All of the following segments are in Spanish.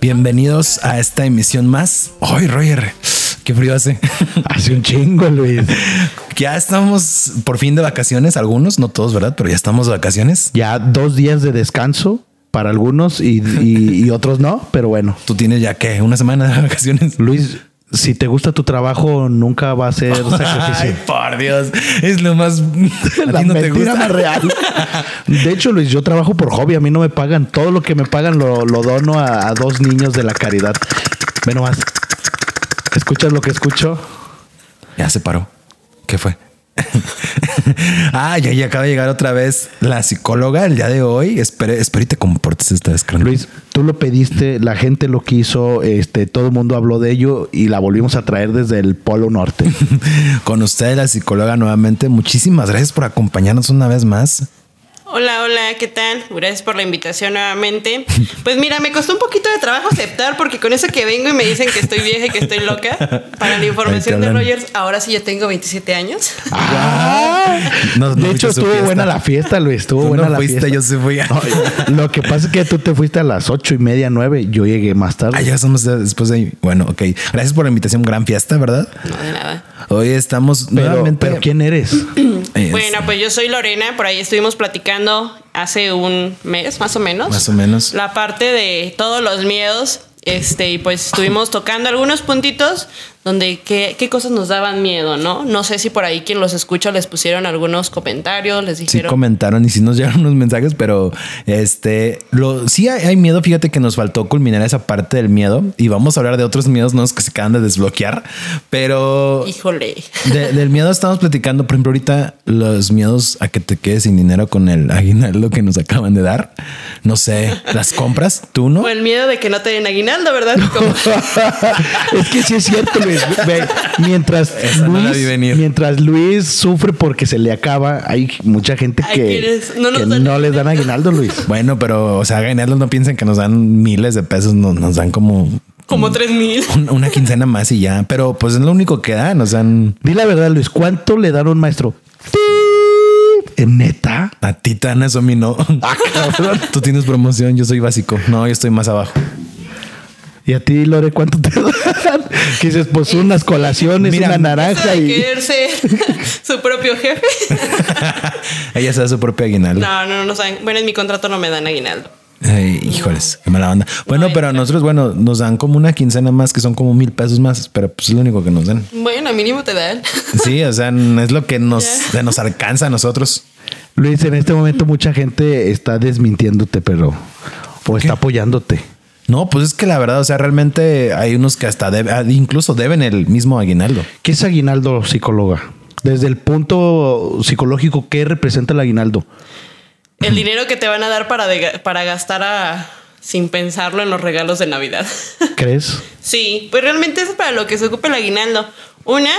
Bienvenidos a esta emisión más. Ay, Roger, qué frío hace. Hace un chingo, Luis. Ya estamos por fin de vacaciones, algunos, no todos, ¿verdad? Pero ya estamos de vacaciones. Ya dos días de descanso para algunos y, y- y otros no, pero bueno. Tú tienes ya que una semana de vacaciones. Luis, si te gusta tu trabajo, nunca va a ser sacrificio. Ay, por Dios, es lo más. A La ti no te mentira gusta. más real. De hecho, Luis, yo trabajo por hobby. A mí no me pagan. Todo lo que me pagan lo, lo dono a, a dos niños de la caridad. Ve nomás. ¿Escuchas lo que escucho? Ya se paró. ¿Qué fue? ah, ya, ya acaba de llegar otra vez la psicóloga el día de hoy. Espere, espero y te comportes esta vez, carnal. Luis, tú lo pediste, la gente lo quiso, este, todo el mundo habló de ello y la volvimos a traer desde el Polo Norte. Con ustedes, la psicóloga, nuevamente. Muchísimas gracias por acompañarnos una vez más. Hola, hola, ¿qué tal? Gracias por la invitación nuevamente. Pues mira, me costó un poquito de trabajo aceptar porque con eso que vengo y me dicen que estoy vieja y que estoy loca, para la información de hablan. Ah, Rogers, ahora sí ya tengo 27 años. Ah. No- no de fuiste hecho, a su estuvo fiesta. buena la fiesta, Luis. Estuvo Tú no buena la fuiste, fiesta. yo sí fui. No, lo que pasa es que tú te fuiste a las ocho y media, nueve. Yo llegué más tarde. Ah, ya somos de- después de ahí. Bueno, ok. Gracias por la invitación. Gran fiesta, ¿verdad? No, de nada. Hoy estamos pero, nuevamente. pero ¿quién eres? Es- Bueno, pues yo soy Lorena, por ahí estuvimos platicando hace un mes más o menos. Más o menos. La parte de todos los miedos. Este, y pues estuvimos tocando algunos puntitos donde qué, qué cosas nos daban miedo, ¿no? No sé si por ahí quien los escucha les pusieron algunos comentarios, les Sí dijeron. comentaron y sí nos llegaron unos mensajes, pero este lo sí hay, hay miedo. Fíjate que nos faltó culminar esa parte del miedo y vamos a hablar de otros miedos nuevos que se acaban de desbloquear, pero Híjole. de- del miedo estamos platicando. Por ejemplo, ahorita los miedos a que te quedes sin dinero con el aguinaldo que nos acaban de dar. No sé, las compras, tú no. O el miedo de que no te den aguinaldo, ¿verdad? Como- Ah, es que sí es cierto, Luis. Ve, mientras, Esa no la vi Luis venir. mientras Luis sufre porque se le acaba, hay mucha gente Ay, que, quieres, no, no nos dan- no les dan aguinaldo, Luis. Bueno, pero o sea, aguinaldos no piensen que nos dan miles de pesos, no- nos dan como como 3000. un- una quincena más y ya, pero pues es lo único que dan. Nos dan Di la verdad, Luis, ¿cuánto le dan a un maestro? ¡Tip! ¿En neta? A ti, Tana, eso a mí no. Tú tienes promoción, yo soy básico. No, yo estoy más abajo. ¿Y a ti, Lore, cuánto te dan? Que dices, pues unas colaciones, Mira, una Eso naranja de y... querer ser su propio jefe. Ella se da su propio aguinaldo. No, no, no saben. Bueno, en mi contrato no me dan aguinaldo. Ay, híjoles, qué mala onda. Bueno, pero a nosotros, bueno, nos dan como una quincena más, que son como mil pesos más, pero pues es lo único que nos dan. Bueno, mínimo te dan. Sí, o sea, n- es lo que nos, se nos alcanza a nosotros. Luis, en este momento mucha gente está desmintiéndote, pero... O está apoyándote. No, pues es que la verdad, o sea, realmente hay unos que hasta debe- ah, incluso deben el mismo aguinaldo. ¿Qué es aguinaldo, psicóloga? Desde el punto psicológico, ¿qué representa el aguinaldo? El dinero que te van a dar para, de- para gastar a- sin pensarlo en los regalos de Navidad. ¿Crees? Sí, pues realmente es para lo que se ocupa el aguinaldo. Una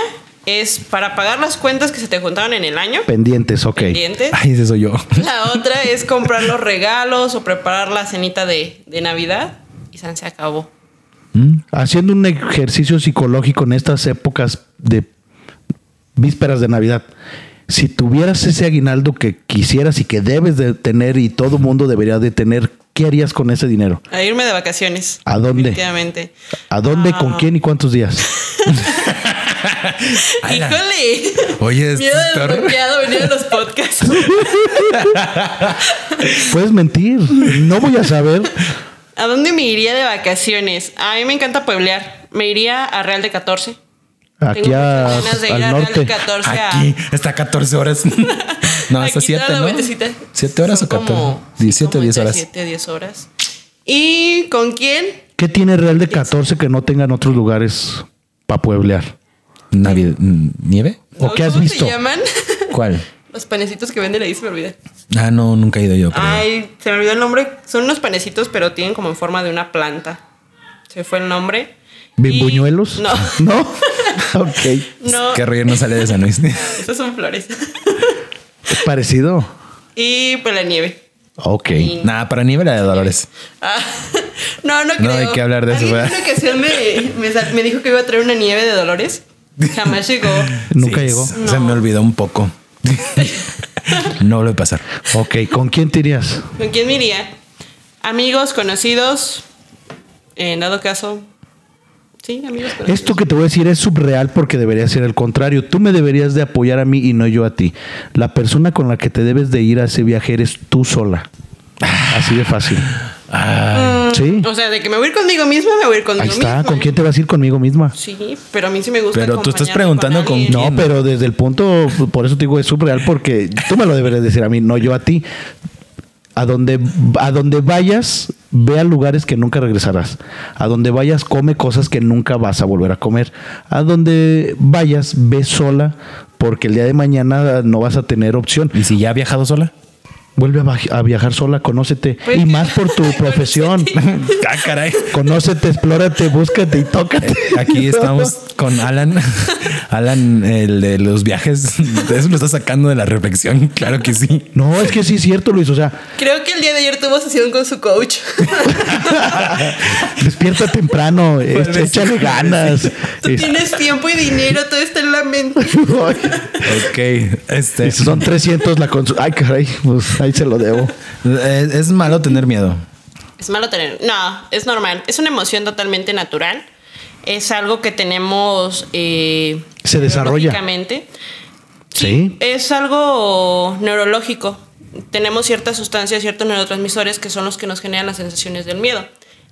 es para pagar las cuentas que se te juntaron en el año. Pendientes, ok. pendientes. Ay, ese soy yo. La otra es comprar los regalos o preparar la cenita de, de Navidad. Y San se acabó. Haciendo un ejercicio psicológico en estas épocas de vísperas de Navidad. Si tuvieras ese aguinaldo que quisieras y que debes de tener y todo mundo debería de tener, ¿qué harías con ese dinero? A irme de vacaciones. ¿A dónde? Definitivamente. ¿A dónde, con Ah. quién y cuántos días? Ala. ¡Híjole! Oye, esto Miedo es peor. desbloqueado venir a los podcasts. Puedes mentir, no voy a saber. ¿A dónde me iría de vacaciones? A mí me encanta pueblear. Me iría a Real de 14. Aquí Tengo a- muchas ganas de ir al a Real de norte. 14 a- Aquí está 14 horas. No, hasta Aquí te da 7, la ¿no? vueltecita. 7 horas Son o 14. como- sí, 17 o como 10 entre horas. 17 10 horas. ¿Y con quién? ¿Qué tiene Real de 14 que no tengan otros lugares para pueblear? Navidad, mm, ¿Nieve? ¿O No, qué has ¿Cómo visto? se llaman? ¿Cuál? los panecitos que venden ahí se me olvida. Ah, no, nunca he ido yo. creo. Ay, se me olvidó el nombre. Son unos panecitos, pero tienen como en forma de una planta. Se fue el nombre. ¿Bimbuñuelos? Y- No, ¿No? ok. no. Qué río no sale de San Luis. Esas son flores. ¿Es parecido? y pues la nieve. Ok. Nada, para nieve la de Dolores. Ah, no, no creo. No hay que hablar de eso, Alguien ¿verdad? En una ocasión me, me, sal- me dijo que iba a traer una nieve de Dolores. Jamás llegó. Nunca Sí, llegó. se- Se me olvidó un poco. no lo a pasar. Ok, ¿con quién te irías? ¿Con quién me iría? Amigos, conocidos. En dado caso, sí, amigos. con Esto amigos. que te voy a decir es subreal porque debería ser el contrario. Tú me deberías de apoyar a mí y no yo a ti. La persona con la que te debes de ir a ese viaje eres tú sola. Así de fácil. Sí. O sea, de que me voy a ir conmigo misma, me voy a ir Ah. Mm, pues, conmigo Ahí está. misma. ¿Con quién te vas a ir conmigo misma? Sí, pero a mí sí me gusta. Pero tú estás acompañarme preguntando con alguien. quién. No, pero desde el punto, por eso te digo, es subreal porque tú me lo deberías decir a mí, no yo a ti. A donde, a donde vayas, ve a lugares que nunca regresarás. A donde vayas, come cosas que nunca vas a volver a comer. A donde vayas, ve sola porque el día de mañana no vas a tener opción. ¿Y si ya ha viajado sola? Vuelve a, vaj- a viajar sola, conócete. Pues- y más por tu profesión. Ah, caray. conócete, explórate, búscate y tócate. Aquí estamos con Alan. Alan, el de los viajes. Eso lo está sacando de la reflexión. Claro que sí. No, es que sí es cierto, Luis. O sea, Creo que el día de ayer tuvo sesión con su coach. Despierta temprano, eh, Vuelve, échale sí. ganas. Tú Eh, tienes tiempo y dinero, todo está en la mente. Ok. Este y si son 300 la consulta. Ay, caray, pues ahí se lo debo. es, es malo tener miedo. Es malo tener. No, es normal. Es una emoción totalmente natural. Es algo que tenemos. eh, Se desarrolla. biológicamente. Sí. Es algo neurológico. Tenemos ciertas sustancias, ciertos neurotransmisores que son los que nos generan las sensaciones del miedo.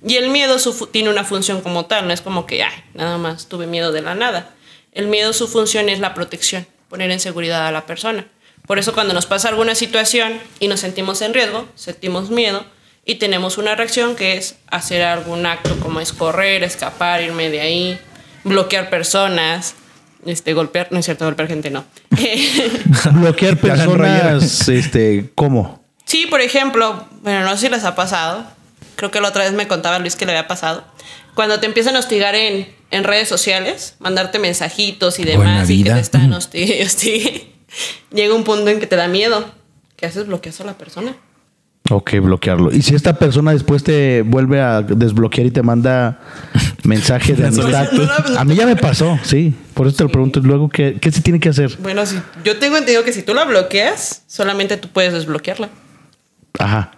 Y el miedo su fu- tiene una función como tal, no es como que, ay, nada más tuve miedo de la nada. El miedo, su función es la protección, poner en seguridad a la persona. Por eso cuando nos pasa alguna situación y nos sentimos en riesgo, sentimos miedo y tenemos una reacción que es hacer algún acto como es correr, escapar, irme de ahí, bloquear personas, este, golpear, no es cierto, golpear gente no. Eh, Bloquear Ya la personas, este, ¿cómo? Sí, por ejemplo, bueno, no sé si les ha pasado. Creo que la otra vez me contaba Luis que le había pasado. Cuando te empiezan a hostigar en, en redes sociales, mandarte mensajitos y en la demás, y que vida. te están hostigue y hostigue, llega un punto en que te da miedo. ¿Qué haces? Bloqueas a la persona. Ok, bloquearlo. Y si esta persona después te vuelve a desbloquear y te manda mensaje de Una amistad. solicitud. No, no, no. A mí ya me pasó, sí. Por eso te lo pregunto. Luego, ¿qué, qué se tiene que hacer? Bueno, si, yo tengo entendido que si tú la bloqueas, solamente tú puedes desbloquearla. Ajá.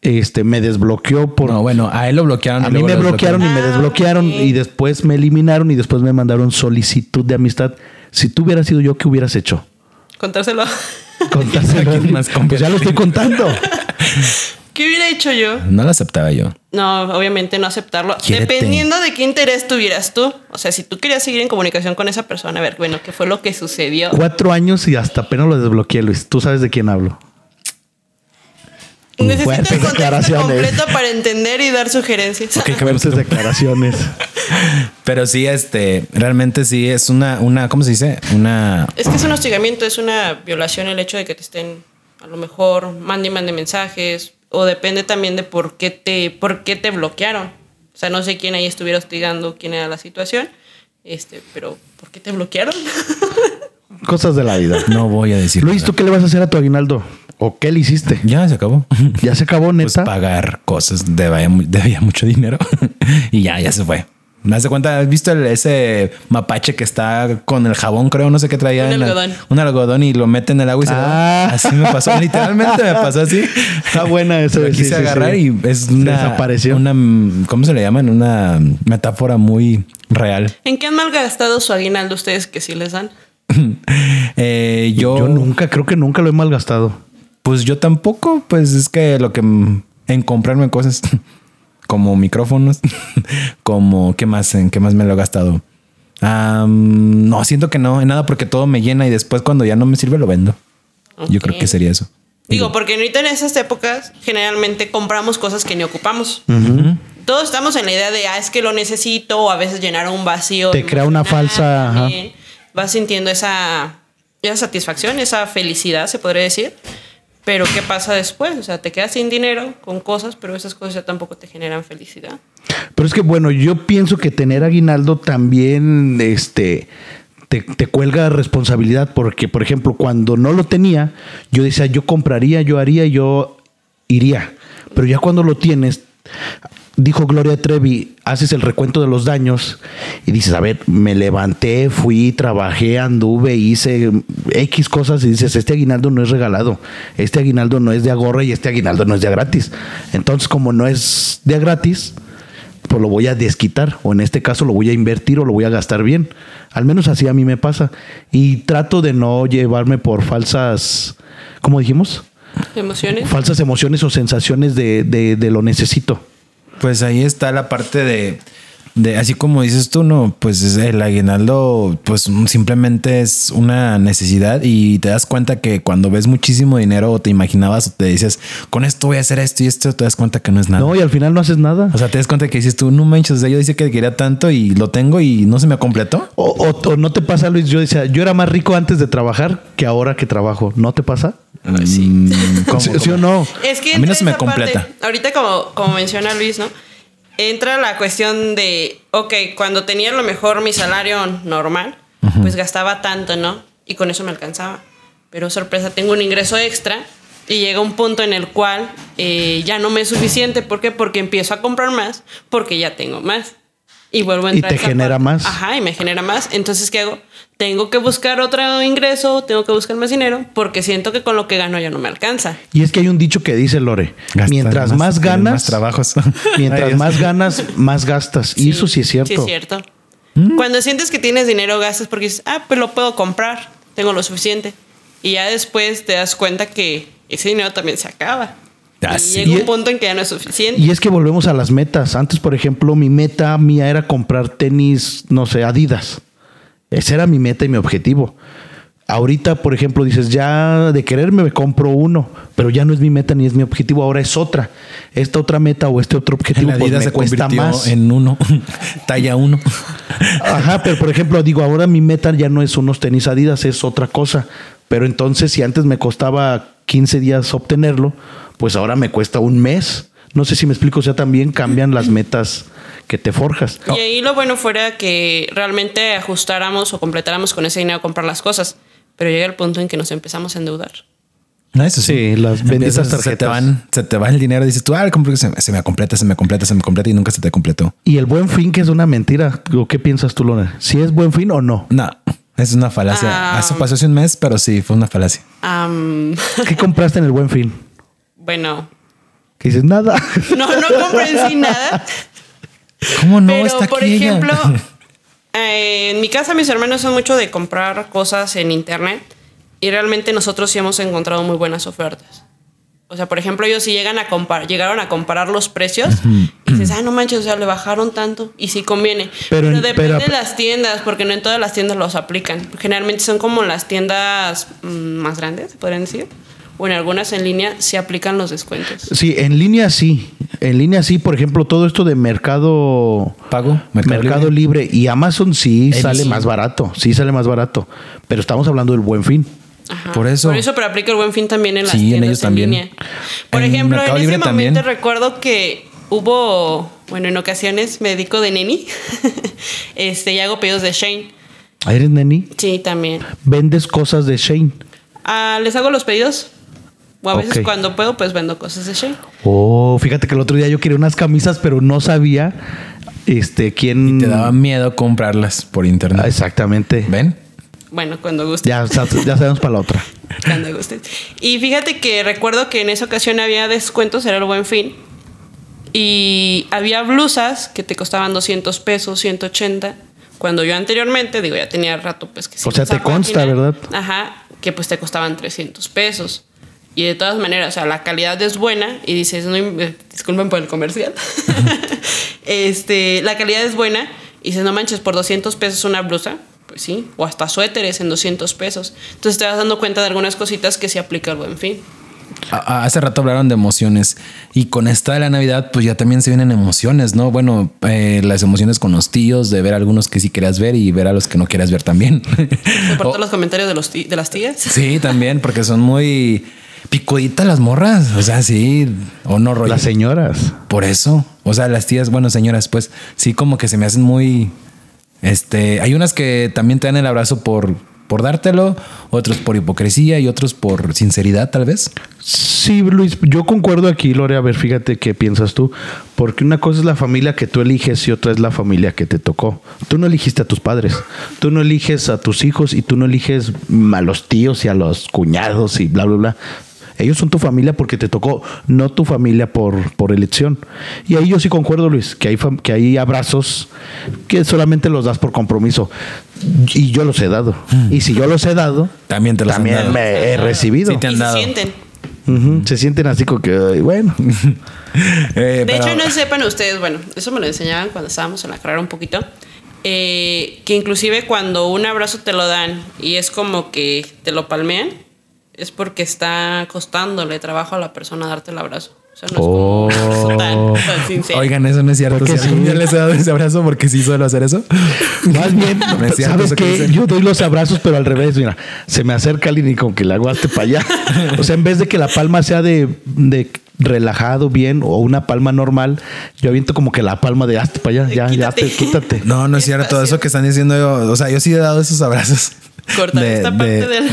Este, me desbloqueó por No, bueno, a él lo bloquearon. y A mí luego me lo bloquearon y me Ah, desbloquearon ok. y después me eliminaron y después me mandaron solicitud de amistad. Si tú hubieras sido yo, ¿qué hubieras hecho? Contárselo. Contárselo. Aquí más pues ya lo estoy contando. ¿Qué hubiera hecho yo? No lo aceptaba yo. No, obviamente no aceptarlo. Quiérete. Dependiendo de qué interés tuvieras tú. O sea, si tú querías seguir en comunicación con esa persona, a ver, bueno, ¿qué fue lo que sucedió? Cuatro años y hasta apenas lo desbloqueé, Luis. Tú sabes de quién hablo. Necesitas Fuertes contexto declaraciones. completo para entender y dar sugerencias. Ok, que me- Fuertes declaraciones. Pero sí, este, realmente sí es una, una, ¿cómo se dice? Una. Es que es un hostigamiento, es una violación el hecho de que te estén, a lo mejor, mande y mande mensajes. O depende también de por qué te, por qué te bloquearon. O sea, no sé quién ahí estuviera hostigando, quién era la situación. Este, pero ¿por qué te bloquearon? Cosas de la vida. No voy a decir. Luis, nada. ¿tú qué le vas a hacer a tu aguinaldo? ¿O qué le hiciste? Ya se acabó. Ya se acabó, Pues neta. pagar cosas debía, mu- debía mucho dinero y ya, ya se fue. Me hace cuenta, ¿has visto el- ese mapache que está con el jabón, creo? No sé qué traía. Un en la- algodón. un algodón y lo mete en el agua y se va. Ah. Así me pasó. Literalmente me pasó así. Está buena eso. Lo sí, quise sí, agarrar sí. y es Se una, desapareció. una. ¿Cómo se le llaman? Una metáfora muy real. ¿En qué han malgastado su aguinaldo ustedes que sí les dan? Eh, yo, Yo nunca, creo que nunca lo he malgastado. Pues yo tampoco. Pues es que lo que. m- En comprarme cosas como micrófonos, como. ¿Qué más? ¿En qué más me lo he gastado? Ah, mm, no, siento que no, en nada, porque todo me llena y después cuando ya no me sirve lo vendo. Yo creo Ok. que sería eso. Digo, porque ahorita en esas épocas generalmente compramos cosas que ni ocupamos. Todos estamos en la idea de, ah, es que lo necesito, o a veces llenar un vacío. Te crea una emocional falsa, ajá. también. Vas sintiendo esa, esa satisfacción, esa felicidad, se podría decir. Pero ¿qué pasa después? O sea, te quedas sin dinero con cosas, pero esas cosas ya tampoco te generan felicidad. Pero es que bueno, yo pienso que tener aguinaldo también este te, te cuelga responsabilidad porque por ejemplo, cuando no lo tenía, yo decía, yo compraría, yo haría, yo iría. Pero ya cuando lo tienes Dijo Gloria Trevi, haces el recuento de los daños y dices, a ver, me levanté, fui, trabajé, anduve, hice X cosas y dices, este aguinaldo no es regalado, este aguinaldo no es de agorra y este aguinaldo no es de a gratis. Entonces, como no es de a gratis, pues lo voy a desquitar o en este caso lo voy a invertir o lo voy a gastar bien. Al menos así a mí me pasa. Y trato de no llevarme por falsas, ¿cómo dijimos? Emociones. Falsas emociones o sensaciones de, de- de lo necesito. Pues ahí está la parte de, de, así como dices tú, no, pues es el aguinaldo, pues mm, simplemente es una necesidad y te das cuenta que cuando ves muchísimo dinero o te imaginabas o te dices, con esto voy a hacer esto y esto, te das cuenta que no es nada. No, y al final no haces nada. o sea, te das cuenta que dices tú, no manches, o sea, yo dice que quería tanto y lo tengo y no se me completó. O, o- o no te pasa, Luis, yo decía, yo era más rico antes de trabajar que ahora que trabajo. ¿No te pasa? Mm, ¿cómo, ¿Sí, cómo? sí o no? Es que A mí no entra se me esa parte. completa. Ahorita, como, como menciona Luis, ¿no? Entra la cuestión de, ok, cuando tenía a lo mejor mi salario normal, pues gastaba tanto, ¿no? Y con eso me alcanzaba. Pero sorpresa, tengo un ingreso extra y llega un punto en el cual eh, ya no me es suficiente. ¿Por qué? Porque empiezo a comprar más, porque ya tengo más. Y vuelvo a Y entrar. te esa genera parte. más. Ajá, y me genera más. Entonces, ¿qué hago? Tengo que buscar otro ingreso, tengo que buscar más dinero, porque siento que con lo que gano ya no me alcanza. Y es que hay un dicho que dice Lore, Gastar mientras más, tienes ganas, más trabajos. Ay, mientras Dios. más ganas, más gastas. Y eso sí es cierto. Mm. Sí, es cierto. Cuando sientes que tienes dinero, gastas porque dices, ah, pues lo puedo comprar, tengo lo suficiente. Y ya después te das cuenta que ese dinero también se acaba. Ah, y sí. llega Y- un punto en que ya no es suficiente. Y es que volvemos a las metas. Antes, por ejemplo, mi meta mía era comprar tenis, no sé, Adidas. Esa era mi meta y mi objetivo. Ahorita, por ejemplo, dices, ya de quererme me compro uno, pero ya no es mi meta ni es mi objetivo, ahora es otra. Esta otra meta o este otro objetivo En la pues, vida me se cuesta convirtió más. en uno, talla uno. Ajá, pero por ejemplo, digo, ahora mi meta ya no es unos tenis Adidas, es otra cosa. Pero entonces, si antes me costaba 15 días obtenerlo, pues ahora me cuesta un mes. No sé si me explico, o sea, también cambian las metas que te forjas. Y ahí lo bueno fuera que realmente ajustáramos o completáramos con ese dinero comprar las cosas. Pero llega el punto en que nos empezamos a endeudar. No, eso sí. Sí, las benditas Empiezas, Se te, tarjetas. van, se te va el dinero. Dices tú, ah, compré- se, se me completa, se me completa, se me completa y nunca se te completó. Y el buen fin, que es una mentira. Digo, ¿Qué piensas tú, Lona? ¿Si es buen fin o no? No, es una falacia. Ah. Eso pasó hace un mes, pero sí, fue una falacia. Am, ¿Qué compraste en el buen fin? bueno, Que dices, nada. no, no compré en sí nada. ¿Cómo no? Pero, Está por aquí ella. ejemplo, eh, en mi casa mis hermanos son mucho de comprar cosas en internet y realmente nosotros sí hemos encontrado muy buenas ofertas. O sea, por ejemplo, ellos sí llegan a compar, llegaron a comparar los precios y dices, ah, no manches, o sea, le bajaron tanto y sí conviene. Pero Pero, en- depende pero- de las tiendas, porque no en todas las tiendas los aplican. Generalmente son como las tiendas mm, más grandes, se podrían decir. O en algunas en línea sí aplican los descuentos. Sí, en línea sí. En línea sí, por ejemplo, todo esto de mercado Pago, Mercado, Mercado Libre. y Amazon sí Amazon. sale más barato, sí sale más barato, pero estamos hablando del buen fin. Ajá. Por eso- Por eso, pero aplica el buen fin también en las Sí, en tiendas ellos en también. línea. Por En ejemplo, en Mercado ese Libre momento también. recuerdo que hubo, bueno, en ocasiones me dedico de neni este, y hago pedidos de Shane. Ah, ¿Eres neni? Sí, también. Vendes cosas de Shane. Ah, Les hago los pedidos. O a veces Ok. cuando puedo, pues vendo cosas de Shane. Oh, fíjate que el otro día yo quería unas camisas, pero no sabía este quién. Te daba miedo comprarlas por internet. Ah, Exactamente. ¿Ven? Bueno, cuando guste. Ya, sa- ya sabemos para la otra. Cuando gustes. Y fíjate que recuerdo que en esa ocasión había descuentos, era el buen fin. Y había blusas que te costaban 200 pesos, 180. Cuando yo anteriormente, digo, ya tenía rato, pues que sí. O sea, esa te consta, página, ¿verdad? Ajá, que pues te costaban 300 pesos. Y de todas maneras, o sea, la calidad es buena y dices, no, im- eh, disculpen por el comercial. este, la calidad es buena y dices, no manches, por 200 pesos una blusa, pues sí, o hasta suéteres en 200 pesos. Entonces te vas dando cuenta de algunas cositas que se aplica el buen fin. A- a- hace rato hablaron de emociones y con esta de la Navidad, pues ya también se vienen emociones, ¿no? Bueno, eh, las emociones con los tíos, de ver a algunos que sí querías ver y ver a los que no querías ver también. Aparte O- los comentarios de, los ti- de las tías. Sí, también, porque son muy picuditas las morras. O sea, sí, o no rollo. Las señoras. Por eso. O sea, las tías, bueno, señoras, pues sí, como que se me hacen muy. Este, hay unas que también te dan el abrazo por, por dártelo, otros por hipocresía y otros por sinceridad, tal vez. Sí, Luis, yo concuerdo aquí, Lore. A ver, fíjate qué piensas tú. Porque una cosa es la familia que tú eliges y otra es la familia que te tocó. Tú no eligiste a tus padres, tú no eliges a tus hijos y tú no eliges mm, a los tíos y a los cuñados y bla, bla, bla. Ellos son tu familia porque te tocó, no tu familia por, por elección. Y ahí yo sí concuerdo, Luis, que hay, fam- que hay abrazos que solamente los das por compromiso. Y yo los he dado. Y si yo los he dado, También Mm. te los han también dado. me he recibido. Sí, te han Y se dado. sienten. Ujú, Se sienten así como que, ay, bueno. Eh, De pero- hecho, no sepan ustedes, bueno, eso me lo enseñaban cuando estábamos en la carrera un poquito, eh, que inclusive cuando un abrazo te lo dan y es como que te lo palmean, es porque está costándole trabajo a la persona darte el abrazo. O sea, no es como Oh. tan, tan sincero. Oigan, eso no es cierto. Porque Si algún sí. día les he dado ese abrazo, porque sí suelo hacer eso. Más bien, No es cierto ¿sabes eso que qué? dicen. Yo doy los abrazos, pero al revés, mira, se me acerca alguien y con que le aguaste para allá. O sea, en vez de que la palma sea de, de relajado, bien, o una palma normal, yo aviento como que la palma de hazte para allá, ya, ya, Quítate. te, quítate. No, no es Despacio. cierto. Eso que están diciendo, yo- o sea, yo sí he dado esos abrazos. Cortar esta parte del-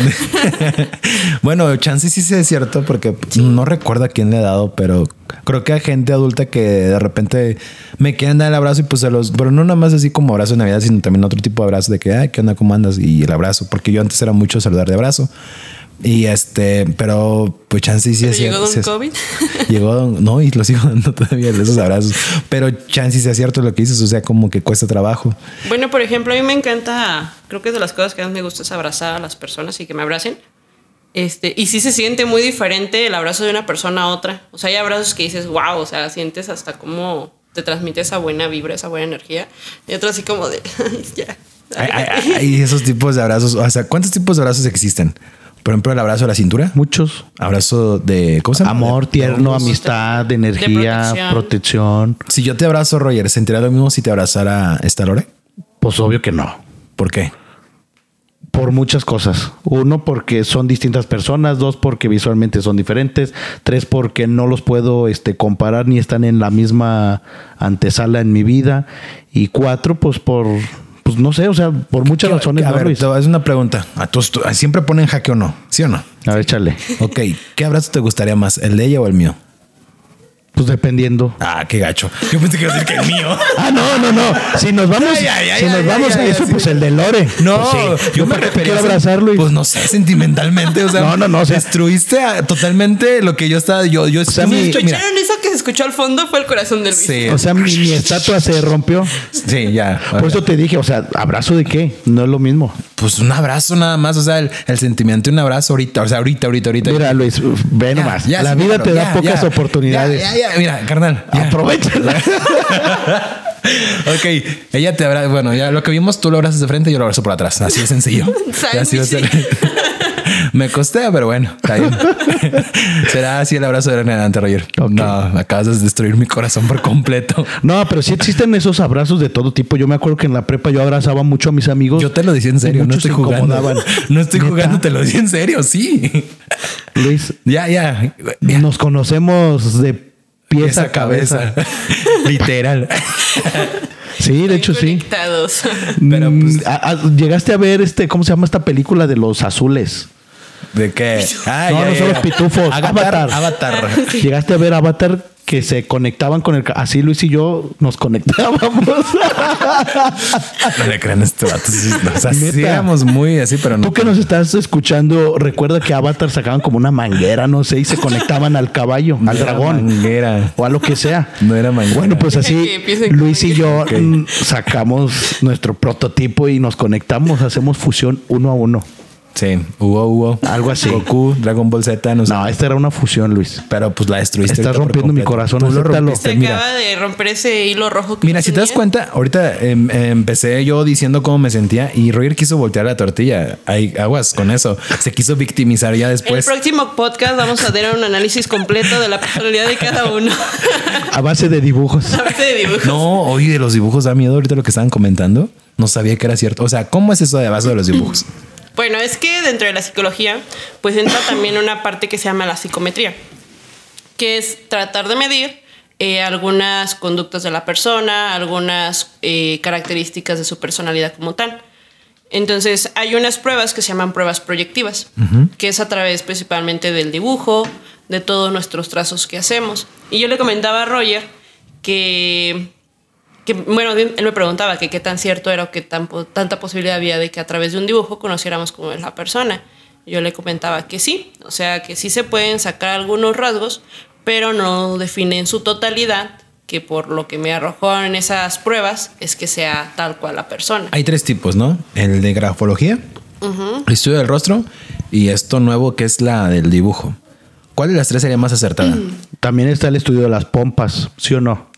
bueno, chance sí sí es cierto porque no recuerdo a quién le he dado, pero creo que a gente adulta que de repente me quieren dar el abrazo y pues se los, pero no nada más así como abrazo de Navidad, sino también otro tipo de abrazo de que, ay, ¿qué onda? ¿Cómo andas? Y el abrazo, porque yo antes era mucho saludar de abrazo. Y este, pero pues chance sí Pero es llegó cierto. Don sí es- COVID. Llegó Don- no, y lo sigo dando todavía de esos abrazos. Pero chance sí es cierto lo que dices, o sea, como que cuesta trabajo. Bueno, por ejemplo, a mí me encanta, creo que es de las cosas que más me gusta es abrazar a las personas y que me abracen. Este, y sí se siente muy diferente el abrazo de una persona a otra. O sea, hay abrazos que dices, wow, o sea, sientes hasta cómo te transmite esa buena vibra, esa buena energía. Y otro así como de, "Ay, ya. Hay, hay- hay esos tipos de abrazos. O sea, ¿cuántos tipos de abrazos existen? Por ejemplo, el abrazo a la cintura. Muchos. Abrazo de... ¿Cómo se llama? Amor, De- tierno, amistad, energía, protección. protección. Si yo te abrazo, Roger, ¿sentirá lo mismo si te abrazara esta Lore? Pues obvio que no. ¿Por qué? Por muchas cosas. Uno, porque son distintas personas. Dos, porque visualmente son diferentes. Tres, porque no los puedo este, comparar ni están en la misma antesala en mi vida. Y cuatro, pues por, pues no sé, o sea, por muchas razones. A ¿no, ver, Luis? te voy a hacer una pregunta. ¿A tus- tú- ¿Siempre ponen jaque o no? ¿Sí o no? A ver, échale. Ok, ¿qué abrazo te gustaría más? ¿El de ella o el mío? Pues dependiendo. Ah, qué gacho. Yo pensé que iba a decir que el mío. Ah, no, no, no. Si nos vamos, Ay, ay, ay, si nos ay, vamos ay, a ay, eso, sí. pues el de Lore. No, Pues sí. yo me ¿para qué te refería quiero a- abrazar, Luis? Pues no sé, sentimentalmente. O sea, No, no, no, o sea- destruiste a- totalmente lo que yo estaba. Yo, yo, sea, yo- mi- mira, ¿Escucharon eso que se escuchó al fondo? Fue el corazón del Luis. sí, o sea, mi, mi estatua se rompió. sí, ya. Por eso te dije, o sea, abrazo de qué? No es lo mismo. Pues un abrazo nada más, o sea, el, el sentimiento de un abrazo ahorita, o sea, ahorita, ahorita, ahorita. Mira, Luis, uf, Ya, ve nomás. ya, la sí, vida claro, te da ya, pocas ya. oportunidades. Ya, ya, ya, mira, carnal. ya. Aprovechala. ok, ella te abraza. Bueno, ya lo que vimos, tú lo abrazas de frente y yo lo abrazo por atrás. Así de sencillo. Sándwich, Y así va a ser. sí. Me costea, pero bueno, está bien. Será así el abrazo de ahora en adelante, Roger. No, acabas de destruir mi corazón por completo. No, pero sí existen esos abrazos de todo tipo. Yo me acuerdo que en la prepa yo abrazaba mucho a mis amigos. Yo te lo decía en serio, Y no muchos estoy se jugando. incomodaban. No estoy ¿Neta? jugando, te lo decía en serio, sí. Luis, Ya, ya. ya. nos conocemos de pieza Esa a cabeza. Literal. Sí, de hecho sí. Conectados. Pero, Mm, pues- a- a- llegaste a ver este, ¿cómo se llama esta película de los azules? ¿De qué? Ah, No, no son los pitufos, Avatar. Avatar. Avatar. Llegaste a ver Avatar que se conectaban con el... ca- Así Luis y yo nos conectábamos. No le crean a este vato. sí, no, O sea, sí Neta. éramos muy así, pero no. Tú que nos estás escuchando, recuerda que Avatar sacaban como una manguera, no sé, y se conectaban al caballo, No al era dragón. manguera. O a lo que sea. No era manguera. Bueno, pues así Que empiecen con Luis y yo Ok. mm, sacamos nuestro prototipo y nos conectamos, hacemos fusión uno a uno. Sí, hubo, hubo. Algo así. Goku, Dragon Ball Z, no sé. No, esta era una fusión, Luis. Pero pues la destruiste. Estás ahorita por rompiendo mi completo. corazón, Tú lo acéptalo. rompiste, Se Este, mira. acaba de romper ese hilo rojo que Mira, yo si te das tenía. cuenta, ahorita em, empecé yo diciendo cómo me sentía y Roger quiso voltear la tortilla. Hay aguas con eso. Se quiso victimizar ya después. El próximo podcast vamos a tener un análisis completo de la personalidad de cada uno. A base de dibujos. A base de dibujos. No, oye, de los dibujos da miedo ahorita lo que estaban comentando. No sabía que era cierto. O sea, ¿cómo es eso de abajo de los dibujos? Bueno, es que dentro de la psicología, pues entra también una parte que se llama la psicometría, que es tratar de medir eh, algunas conductas de la persona, algunas eh, características de su personalidad como tal. Entonces, hay unas pruebas que se llaman pruebas proyectivas, que es a través principalmente del dibujo, de todos nuestros trazos que hacemos. Y yo le comentaba a Roger que que, bueno, él me preguntaba que qué tan cierto era o qué tan po- tanta posibilidad había de que a través de un dibujo conociéramos cómo es la persona. yo le comentaba que sí, o sea, que sí se pueden sacar algunos rasgos, pero no define en su totalidad que por lo que me arrojó en esas pruebas es que sea tal cual la persona. Hay tres tipos, ¿no? El de grafología, el estudio del rostro y esto nuevo que es la del dibujo. ¿Cuál de las tres sería más acertada? También está el estudio de las pompas, ¿sí o no?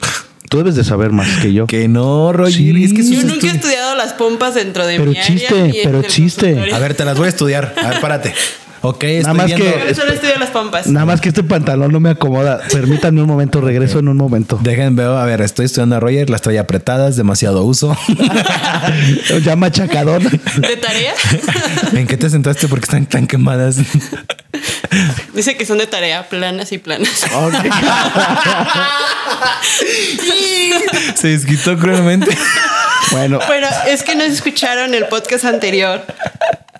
Tú debes de saber más que yo. Que no, Roger. Sí. Es que sus Yo nunca he estudios- estudiado las pompas dentro de Pero mi área chiste, ni en pero el chiste. consultorio. A ver, te las voy a estudiar. A ver, párate. Ok, estoy más viendo- que- Yo solo estudio las pompas. Nada más que este pantalón no me acomoda. Permítanme un momento, regreso en un momento. Dejen, veo, a ver, estoy estudiando a Roger, las trae apretadas, demasiado uso. ya machacadón. ¿De tarea? ¿En qué te sentaste? Porque están tan quemadas. Dice que son de tarea, planas y planas. Ah. Se desquitó cruelmente. bueno, Bueno, es que no escucharon el podcast anterior.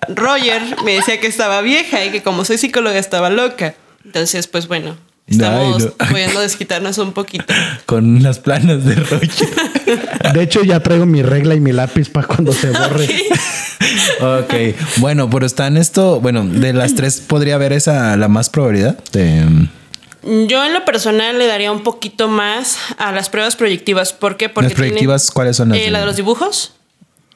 Roger me decía que estaba vieja y que como soy psicóloga estaba loca. Entonces, pues bueno, estamos Ay, no. pudiendo desquitarnos un poquito. Con las planas de Roger. de hecho ya traigo mi regla y mi lápiz para cuando se borre. Ok, bueno, pero están esto. Bueno, de las tres podría haber esa la más probabilidad. De, Yo en lo personal le daría un poquito más a las pruebas proyectivas. ¿Por qué? Porque las proyectivas, tienen- ¿cuáles son las? Eh, de- la de los dibujos.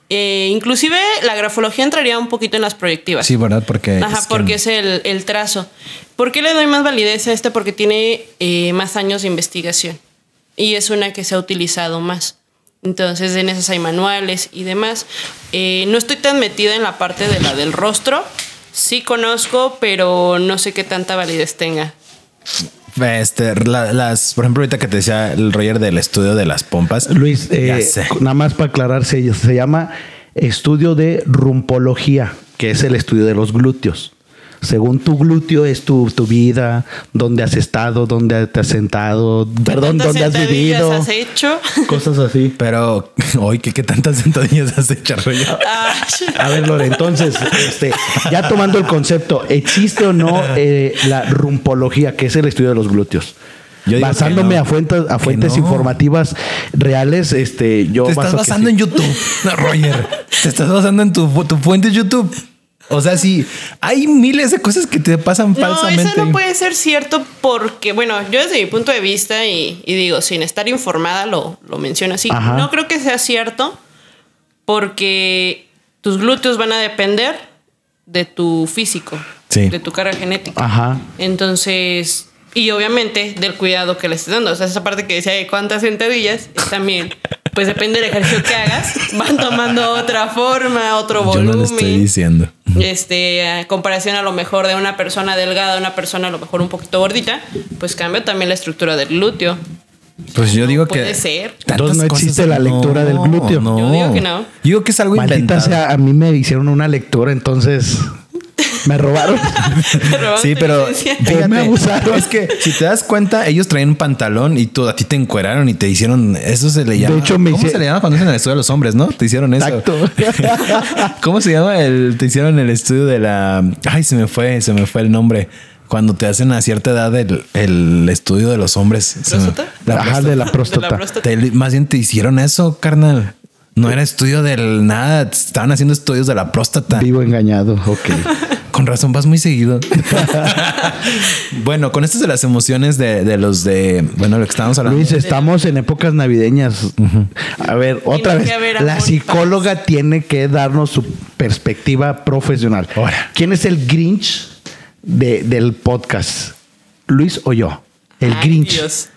Eh, inclusive la grafología entraría un poquito en las proyectivas. Sí, ¿verdad? Porque. Ajá, es que- porque es el, el trazo. ¿Por qué le doy más validez a este? Porque tiene eh, más años de investigación y es una que se ha utilizado más. Entonces, en esas hay manuales y demás. Eh, no estoy tan metida en la parte de la del rostro. Sí conozco, pero no sé qué tanta validez tenga. Este, la- las, por ejemplo, ahorita que te decía el Roger del estudio de las pompas. Luis, eh, Ya sé. nada más para aclarar, se, se llama estudio de rumpología, que es el estudio de los glúteos. Según tu glúteo es tu, tu vida, dónde has estado, dónde te has sentado, perdón, ¿Cuántas dónde has sentadillas vivido, has hecho? cosas así. Pero hoy, ¿qué, qué tantas sentadillas has hecho, Roger? Ah, A ver, Lore, entonces, este, ya tomando el concepto, ¿existe o no eh, la rumpología, que es el estudio de los glúteos? Yo digo Basándome que no. a fuentes, a Que fuentes no. informativas reales, este, yo Te estás baso que basando sí. en YouTube, no, Roger. Te estás basando en tu, fu- tu fuente YouTube. O sea, sí, hay miles de cosas que te pasan No, falsamente. eso no puede ser cierto porque, bueno, yo desde mi punto de vista y, y digo, sin estar informada, lo, lo menciono así. Ajá. No creo que sea cierto porque tus glúteos van a depender de tu físico, Sí. Ah. de tu carga genética. Ajá. Entonces, y obviamente del cuidado que le estés dando. O sea, esa parte que decía de cuántas sentadillas es también. Pues depende del ejercicio que hagas, van tomando otra forma, otro Yo volumen no le estoy diciendo. este, a comparación a lo mejor de una persona delgada a una persona a lo mejor un poquito gordita, pues cambia también la estructura del glúteo. Pues yo No digo que. puede ser. tantas Entonces no cosas- existe la lectura del glúteo. No. Yo digo que no. Yo digo que es algo Maldita inventado. sea, a mí me hicieron una lectura, entonces me robaron. Robaron Sí, tu pero licencia. fíjate, Me abusaron. Es que si te das cuenta, ellos traían un pantalón y tú a ti te encueraron y te hicieron. Eso se le llama. hecho, me ¿Cómo hice- se le llama cuando hacen el estudio de los hombres, no? Te hicieron eso. Tacto. ¿Cómo se llama el? Te hicieron el estudio de la. Ay, se me fue, se me fue el nombre. Cuando te hacen a cierta edad el, el estudio de los hombres. Se me- ¿Próstata? La Ajá, próstata. de la próstata. De la próstata. Te- más bien te hicieron eso, carnal. No era estudio del nada. te Estaban haciendo estudios de la próstata. Vivo engañado, ok. Con razón vas muy seguido. bueno, con estas de las emociones de, de los de, bueno, lo que estábamos hablando. Luis, estamos en épocas navideñas. A ver, otra que vez. haber la amor y psicóloga tiene que darnos su perspectiva profesional. Ahora. ¿Quién es el Grinch de- del podcast? ¿Luis o yo? El Ay, Grinch. Dios.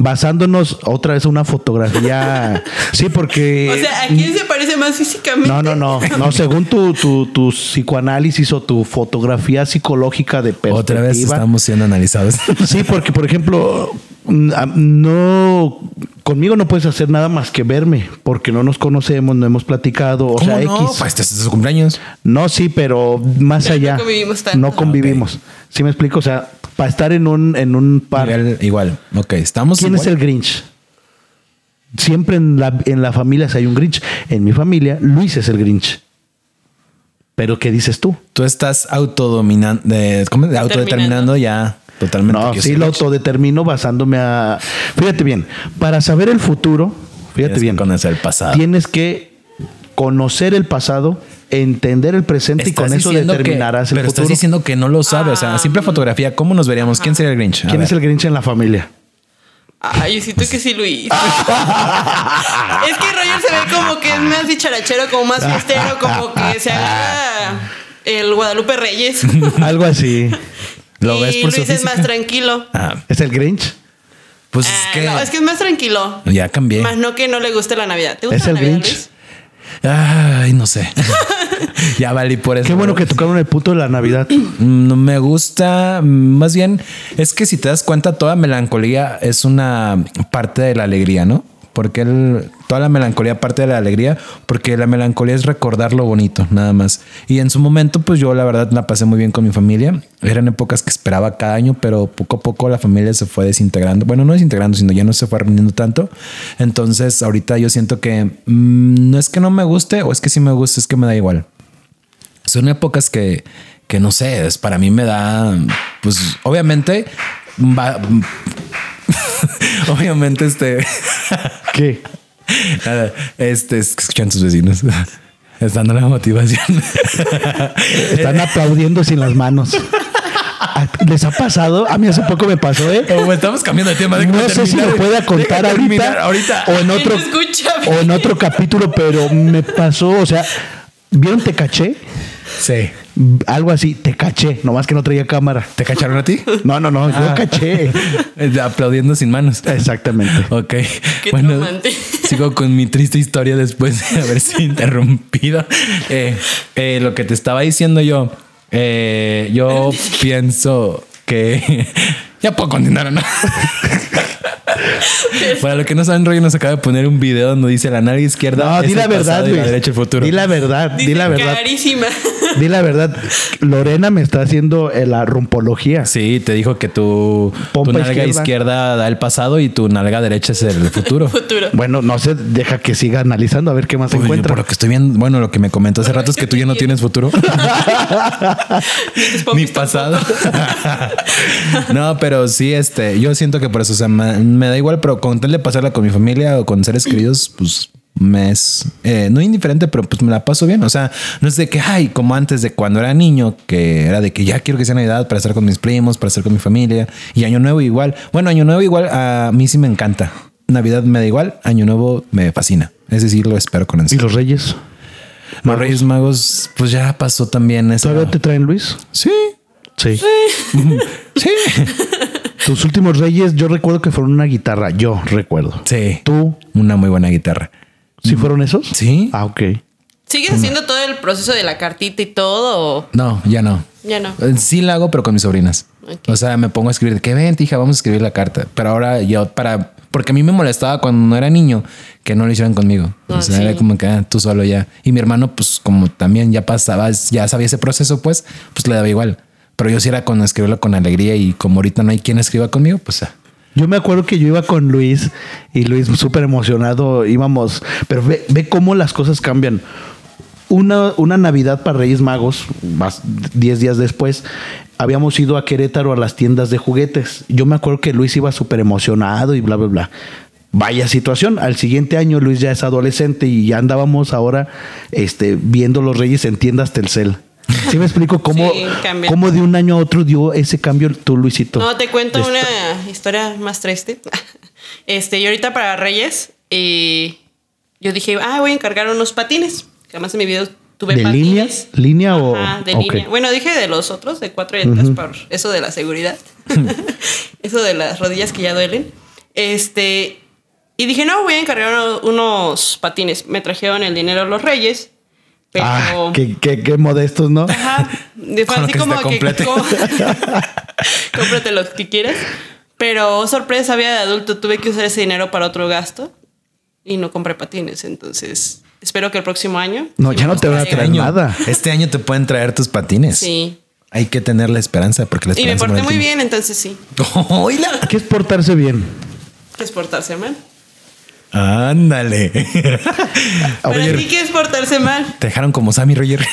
Basándonos otra vez en una fotografía. sí, porque. O sea, ¿a quién se parece más físicamente? No, no, no. No, según tu, tu, tu psicoanálisis o tu fotografía psicológica de perspectiva. Otra vez estamos siendo analizados. Sí, porque por ejemplo, mm, a- no conmigo no puedes hacer nada más que verme, porque no nos conocemos, no hemos platicado, o sea, no? X. Pues este es su cumpleaños. No, sí, pero más Pero no allá. convivimos tanto. Ah, No convivimos. ¿Sí me explico? O sea, para estar en un en un par. Igual, igual. Ok, estamos. ¿Quién es el Grinch? Siempre en la, en la familia si hay un Grinch. En mi familia, Luis es el Grinch. Pero ¿qué dices tú? Tú estás autodominando, ¿cómo? Autodeterminando ya totalmente. No, que sí soy lo Grinch. autodetermino basándome a. Fíjate bien, para saber el futuro, Tienes fíjate que bien, Conocer el pasado. tienes que conocer el pasado, entender el presente y con eso diciendo que- determinarás el Pero futuro. estás diciendo que no lo sabe. O sea, simple fotografía, ¿cómo nos veríamos? ¿Quién sería el Grinch? A ¿Quién ver. es el Grinch en la familia? Ay, yo siento que sí, Luis. es que Roger se ve como que es más dicharachero, como más fiestero, como que se haga el Guadalupe Reyes. Algo así. ¿Lo y ves por su Luis es física? más tranquilo. Ah, ¿Es el Grinch? pues Ah, es que, no, es que es más tranquilo. ya cambié. Más no que no le guste la Navidad. ¿Te gusta ¿Es la el Navidad, Grinch? Luis? Ay, no sé. ya valí por eso. Qué bueno que tocaron el punto de la Navidad. Mm, No me gusta. Mm, Más bien, es que si te das cuenta, toda melancolía es una parte de la alegría, ¿no? Porque el- toda la melancolía parte de la alegría, porque la melancolía es recordar lo bonito, nada más. Y en su momento, pues yo la verdad la pasé muy bien con mi familia. Eran épocas que esperaba cada año, pero poco a poco la familia se fue desintegrando. Bueno, no desintegrando, sino ya no se fue reuniendo tanto. Entonces, ahorita yo siento que mm, no es que no me guste o es que sí me gusta, es que me da igual son épocas que, que no sé, es- para mí me da, pues obviamente, va- obviamente este, ¿Qué? nada, este, es que escuchan sus vecinos, están dando la motivación. Eh. Están aplaudiendo sin las manos. ¿A- ¿Les ha pasado? A mí hace poco me pasó, ¿eh? Como estamos cambiando de tema, déjame No sé si terminar, lo pueda contar déjame terminar ahorita, ahorita. o en no otro escucha Oh, o en otro capítulo, pero me pasó, o sea, ¿vieron te caché? Sí. Algo así, te caché, nomás que no traía cámara. ¿Te cacharon a ti? No, no, no, yo Ah. caché. Aplaudiendo sin manos. Exactamente. Ok. Qué bueno, traumante. sigo con mi triste historia después de haberse interrumpido. Eh, eh, lo que te estaba diciendo yo, eh, yo pienso que ya puedo continuar, ¿no? Para los que no saben, Roy nos acaba de poner un video donde dice la nariz izquierda. No, es di el la pasado y verdad, Luis. la derecha el futuro. Di la verdad, di la Dice, verdad. Carísima. Di la verdad. Lorena me está haciendo eh, la rumpología. Sí, te dijo que tu, tu Pompa nalga izquierda. izquierda da el pasado y tu nalga derecha es el futuro. Futuro. Bueno, no sé, deja que siga analizando a ver qué más Uy, encuentra. por lo que estoy viendo, bueno, lo que me comentó hace rato es que tú ya no tienes futuro. Tus ni papis pasado. no, pero sí, este, yo siento que por eso, o sea, me, me da igual, pero con tal de pasarla con mi familia o con seres queridos, pues me es eh, no indiferente, pero pues me la paso bien. O sea, no es de que ay, como antes de cuando era niño, que era de que ya quiero que sea Navidad para estar con mis primos, para estar con mi familia y Año Nuevo igual. Bueno, Año Nuevo igual a mí sí me encanta. Navidad me da igual, Año Nuevo me fascina. Es decir, lo espero con ¿Y ansia. los reyes? Los Reyes Magos, pues ya pasó también esa. ¿Todavía te traen Luis? Sí, Sí. sí. Tus últimos reyes, yo recuerdo que fueron una guitarra. Yo recuerdo. Sí. ¿Tú Una muy buena guitarra. sí fueron esos? Sí. Ah, ok. ¿Sigues haciendo todo el proceso de la cartita y todo? o No, ya no. Ya no. Eh, Sí la hago, pero con mis sobrinas. Ok. O sea, me pongo a escribir de que vente, hija, vamos a escribir la carta. Pero ahora yo para... Porque a mí me molestaba cuando era niño que no lo hicieran conmigo. Ah, o sea, sí. era como que ah, tú solo ya. Y mi hermano, pues como también ya pasaba, ya sabía ese proceso, pues, pues le daba igual. Pero yo sí era con escribirlo con alegría y como ahorita no hay quien escriba conmigo, pues ah, Yo me acuerdo que yo iba con Luis y Luis súper emocionado íbamos, pero ve, ve cómo las cosas cambian. Una, una Navidad para Reyes Magos, más 10 días después, habíamos ido a Querétaro a las tiendas de juguetes. Yo me acuerdo que Luis iba súper emocionado y bla, bla, bla. Vaya situación. Al siguiente año Luis ya es adolescente y ya andábamos ahora este, viendo los Reyes en tiendas Telcel. ¿Sí me explico cómo, Sí, cambia. cómo de un año a otro dio ese cambio tú, Luisito? No, te cuento Esto- una historia más triste. Este, yo ahorita para Reyes, eh, yo dije, ah, voy a encargar unos patines. Jamás en mi vida tuve ¿De patines. línea? ¿Línea o- Ajá, de ok. línea. Bueno, dije de los otros, de cuatro llantas, por eso de la seguridad. eso de las rodillas que ya duelen. Este, y dije, no, voy a encargar uno- unos patines. Me trajeron el dinero los Reyes, pero. Ah, qué, qué- qué modestos, ¿no? Ajá. De- fue Con lo así que se te como que complete. co- cómprate lo que quieras. Pero oh, sorpresa, había de adulto, tuve que usar ese dinero para otro gasto y no compré patines. Entonces, espero que el próximo año. No, ya no te van a traer año- nada. Este año te pueden traer tus patines. Sí. Hay que tener la esperanza porque la Y me esperanza porté muy muere bien, entonces sí. el tiempo. ¡Oíla! ¿Qué es portarse bien? ¿Qué es portarse mal? Ándale. Para ti, ¿qué es portarse mal? Te dejaron como Sammy Roger.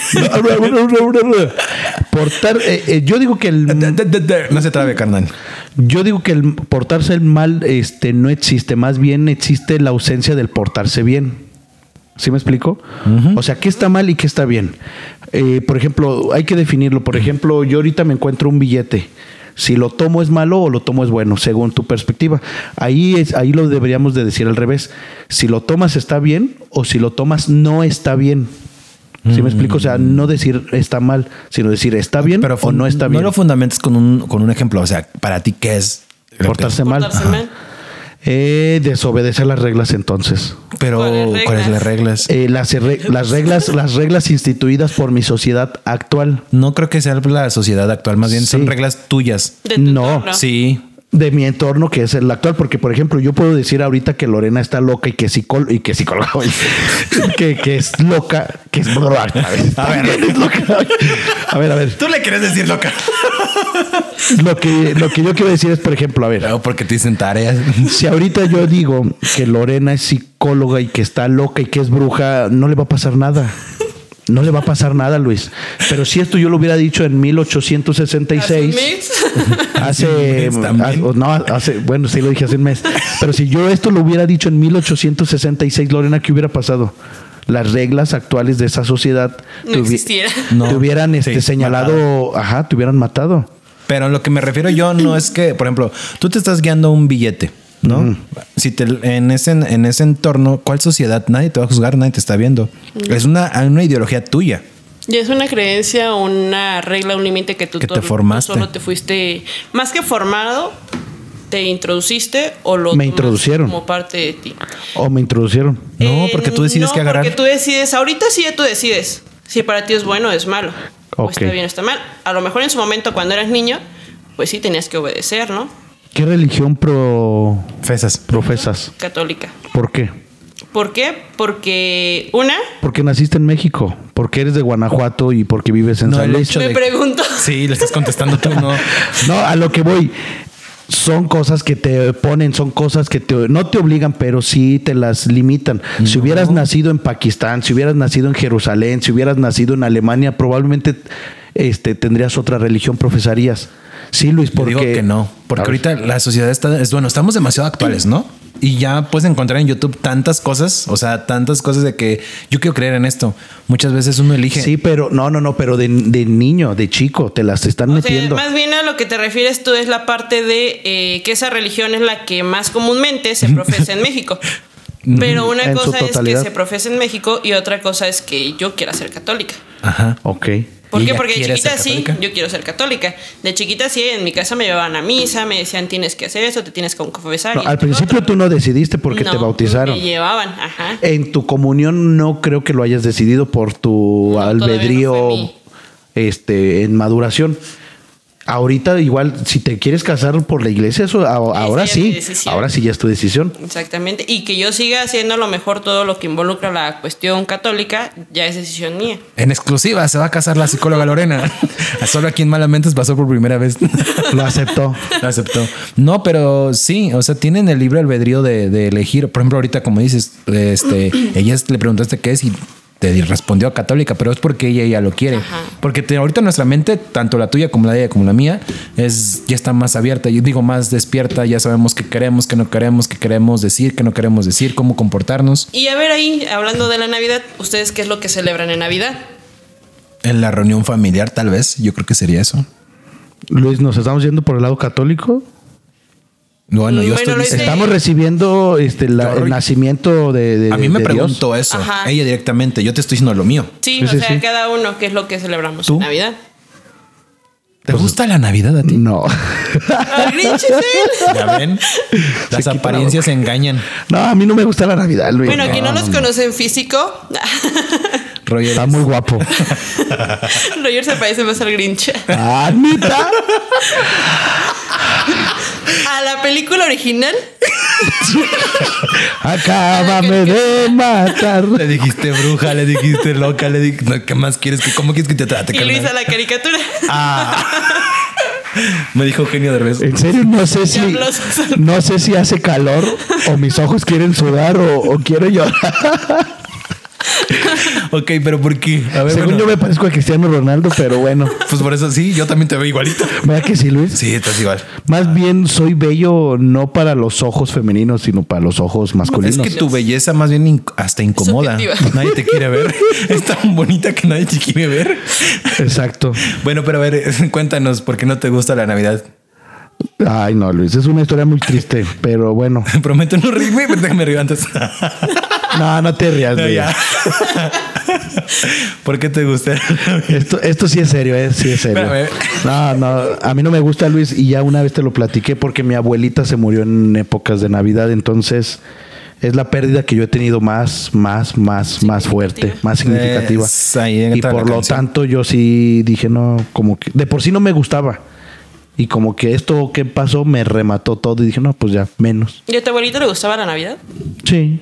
Portar, eh, eh, yo digo que el, No se trabe, carnal. yo digo que el portarse el mal, este, no existe. Más bien existe la ausencia del portarse bien. ¿Sí me explico? O sea, ¿qué está mal y qué está bien? Eh, por ejemplo, hay que definirlo. Por ejemplo, yo ahorita me encuentro un billete. Si lo tomo es malo o lo tomo es bueno, según tu perspectiva. Ahí, es, ahí lo deberíamos de decir al revés. Si lo tomas está bien o si lo tomas no está bien. ¿Sí me explico? O sea, no decir está mal, sino decir está bien Mm. Pero o fun- no está bien. No lo fundamentes con un, con un ejemplo. O sea, para ti, ¿qué es? lo que- portarse mal. Portarse mal. Eh, desobedecer las reglas entonces. Pero, ¿Cuáles reglas? ¿cuáles las reglas? Eh, las, re- las reglas, las reglas instituidas por mi sociedad actual. No creo que sea la sociedad actual. Más bien son Sí. reglas tuyas. De tu No, entorno. Sí. de mi entorno que es el actual, porque por ejemplo yo puedo decir ahorita que Lorena está loca y que psicóloga y que psicóloga oye, que, que es loca, que es a ver, es loca. a ver, a ver, Tú le quieres decir loca. lo que lo que yo quiero decir es por ejemplo, a ver, Claro, porque te dicen tareas. si ahorita yo digo que Lorena es psicóloga y que está loca y que es bruja, no le va a pasar nada. No le va a pasar nada, Luis. Pero si esto yo lo hubiera dicho en 1866, Asumir. Hace, Hace un mes también. ha- o no, hace, bueno, sí lo dije hace un mes. Pero si yo esto lo hubiera dicho en 1866, Lorena, ¿qué hubiera pasado? Las reglas actuales de esa sociedad No te, hubi- existiera. No. te hubieran este, Sí, señalado, ajá, te hubieran matado. Pero lo que me refiero yo no es que, por ejemplo, tú te estás guiando un billete, ¿no? Mm. Si te en ese, en ese entorno, ¿cuál sociedad? Nadie te va a juzgar, nadie te está viendo. Es una, una ideología tuya. Y es una creencia, una regla, un límite que tú, Que te to- formaste. tú solo te fuiste, más que formado, te introduciste o lo Me tomaste introducieron. como parte de ti. O me introducieron. No, Eh, porque tú decides no, qué agarrar. Porque tú decides, ahorita sí ya tú decides si para ti es bueno o es malo. O Ok. está bien o está mal. A lo mejor en su momento cuando eras niño, pues sí tenías que obedecer, ¿no? ¿Qué religión pro, Fesas. profesas? Católica. ¿Por qué? ¿Por qué? Porque una, Porque naciste en México, porque eres de Guanajuato y porque vives en No, San el Luis. hecho me de- pregunto. Sí, lo estás contestando tú, no. No, a lo que voy. Son cosas que te ponen, son cosas que te- no te obligan, pero sí te las limitan. Si hubieras nacido en Pakistán, si hubieras nacido en Jerusalén, si hubieras nacido en Alemania, probablemente este, tendrías otra religión, profesarías. Sí, Luis, Yo porque. digo que no. Porque A ver. ahorita la sociedad está, es bueno, estamos demasiado actuales, ¿no? Y ya puedes encontrar en YouTube tantas cosas, o sea, tantas cosas de que yo quiero creer en esto. Muchas veces uno elige. Sí, pero no, no, no, pero de, de niño, de chico, te las están O sea, metiendo. más bien a lo que te refieres tú es la parte de eh, que esa religión es la que más comúnmente se profesa en México. Pero una En su cosa es que totalidad. se profesa en México y otra cosa es que yo quiera ser católica. Ajá. Ok. ¿Por ¿Y qué? ella Porque de quiere ser chiquita sí, católica? yo quiero ser católica. De chiquita sí, en mi casa me llevaban a misa, me decían tienes que hacer eso, te tienes que confesar. No, y al esto y lo principio otro". tú no decidiste porque te No, bautizaron. Me llevaban, ajá. En tu comunión no creo que lo hayas decidido por tu No, todavía no albedrío fue mi- este, en maduración. Ahorita igual, si te quieres casar por la iglesia, eso a- ahora ya mi sí, decisión. ahora sí ya es tu decisión. Exactamente. Y que yo siga haciendo a lo mejor todo lo que involucra la cuestión católica, ya es decisión mía. En exclusiva se va a casar la psicóloga Lorena. Solo aquí en Malamente pasó por primera vez. Lo aceptó. Lo aceptó. No, pero sí, o sea, tienen el libre albedrío de, de elegir. Por ejemplo, ahorita, como dices, este, ella es- le preguntaste qué es y te respondió católica, pero es porque ella ya lo quiere. Ajá. Porque te- ahorita nuestra mente, tanto la tuya como la de ella, como la mía, es ya está más abierta. Yo digo más despierta, ya sabemos qué queremos, qué no queremos, qué queremos decir, qué no queremos decir, cómo comportarnos. Y a ver ahí, hablando de la Navidad, ¿ustedes qué es lo que celebran en Navidad? En la reunión familiar, tal vez, yo creo que sería eso. Luis, ¿nos estamos yendo por el lado católico? Bueno, yo Bueno, estoy lo diciendo- Sí. Estamos recibiendo este, la- Yo- el nacimiento de, de- A mí me ¿eh? de Dios. preguntó eso. Ajá. Ella directamente. Yo te estoy diciendo lo mío. Sí, Sí, o sí, sea, sí. cada uno qué es lo que celebramos ¿Tú? en Navidad. ¿Te gusta la Navidad a ti? No. ¡Al Grinch es él! Ya ven. Las quita la apariencias engañan. No, a mí no me gusta la Navidad, Luis. Bueno, No, que no los conoce en físico, Roger. Está muy guapo. Roger se parece más al Grinch. Ah, neta. A la película original, Acábame de matar. Le dijiste bruja, le dijiste loca, le dijiste. no, ¿Qué más quieres? que- ¿Cómo quieres que te trate? y carnal? Ah. Luis a la caricatura. Me dijo genio de revés. En serio, no sé si habló Susan. no sé si hace calor o mis ojos quieren sudar o, o quiero llorar. Ok, pero ¿por qué? A ver, Según bueno. yo me parezco a Cristiano Ronaldo, pero bueno. Pues por eso sí, yo también te veo igualito. ¿Verdad que sí, Ah. Luis? Sí, estás igual. Más bien soy bello no para los ojos femeninos, sino para los ojos masculinos. Es que tu belleza más bien inc- hasta incomoda. Subjetiva. Nadie te quiere ver. Es tan bonita que nadie te quiere ver. Exacto. Bueno, pero a ver, cuéntanos por qué no te gusta la Navidad. Ay, no, Luis, es una historia muy triste, pero bueno. Prometo no reírme, pero déjame reír antes. No, no te rías, No, Luis. ya. Pues ¿Por qué te gusta? Esto, esto sí es serio, ¿eh? Sí es serio. Espérame. No, no, a mí no me gusta Luis y ya una vez te lo platiqué porque mi abuelita se murió en épocas de Navidad, entonces es la pérdida que yo he tenido más, más, más, más fuerte, más significativa. Es ahí y entra la por lo canción. tanto yo sí dije, no, como que de por sí no me gustaba. Y como que esto que pasó me remató todo y dije, no, pues ya, menos. ¿Y a tu abuelito le gustaba la Navidad? Sí,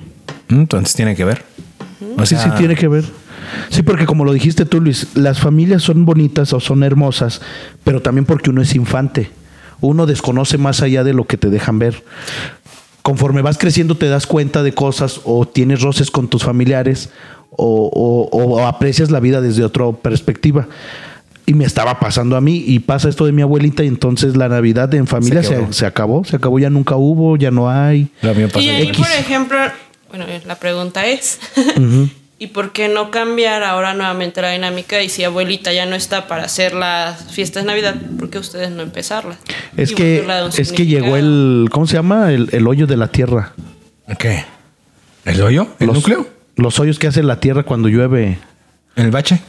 Mm, Entonces tiene que ver. O Sí, sea, sí, tiene que ver. Sí, porque como lo dijiste tú, Luis, las familias son bonitas o son hermosas, pero también porque uno es infante. Uno desconoce más allá de lo que te dejan ver. Conforme vas creciendo te das cuenta de cosas o tienes roces con tus familiares o, o- o aprecias la vida desde otra perspectiva. Y me estaba pasando a mí y pasa esto de mi abuelita y entonces la Navidad en familia se, acabó. se acabó, se acabó, ya nunca hubo, ya no hay. La mía pasa Y ahí, igual. por ejemplo, bueno, eh, la pregunta es, ¿y por qué no cambiar ahora nuevamente la dinámica? Y si abuelita ya no está para hacer las fiestas de Navidad, ¿por qué ustedes no empezarlas? Es Y que, volverla a un es que llegó significado. el, ¿cómo se llama? El- el hoyo de la tierra. ¿Qué? ¿El hoyo? ¿El los, núcleo? Los hoyos que hace la tierra cuando llueve. ¿El bache?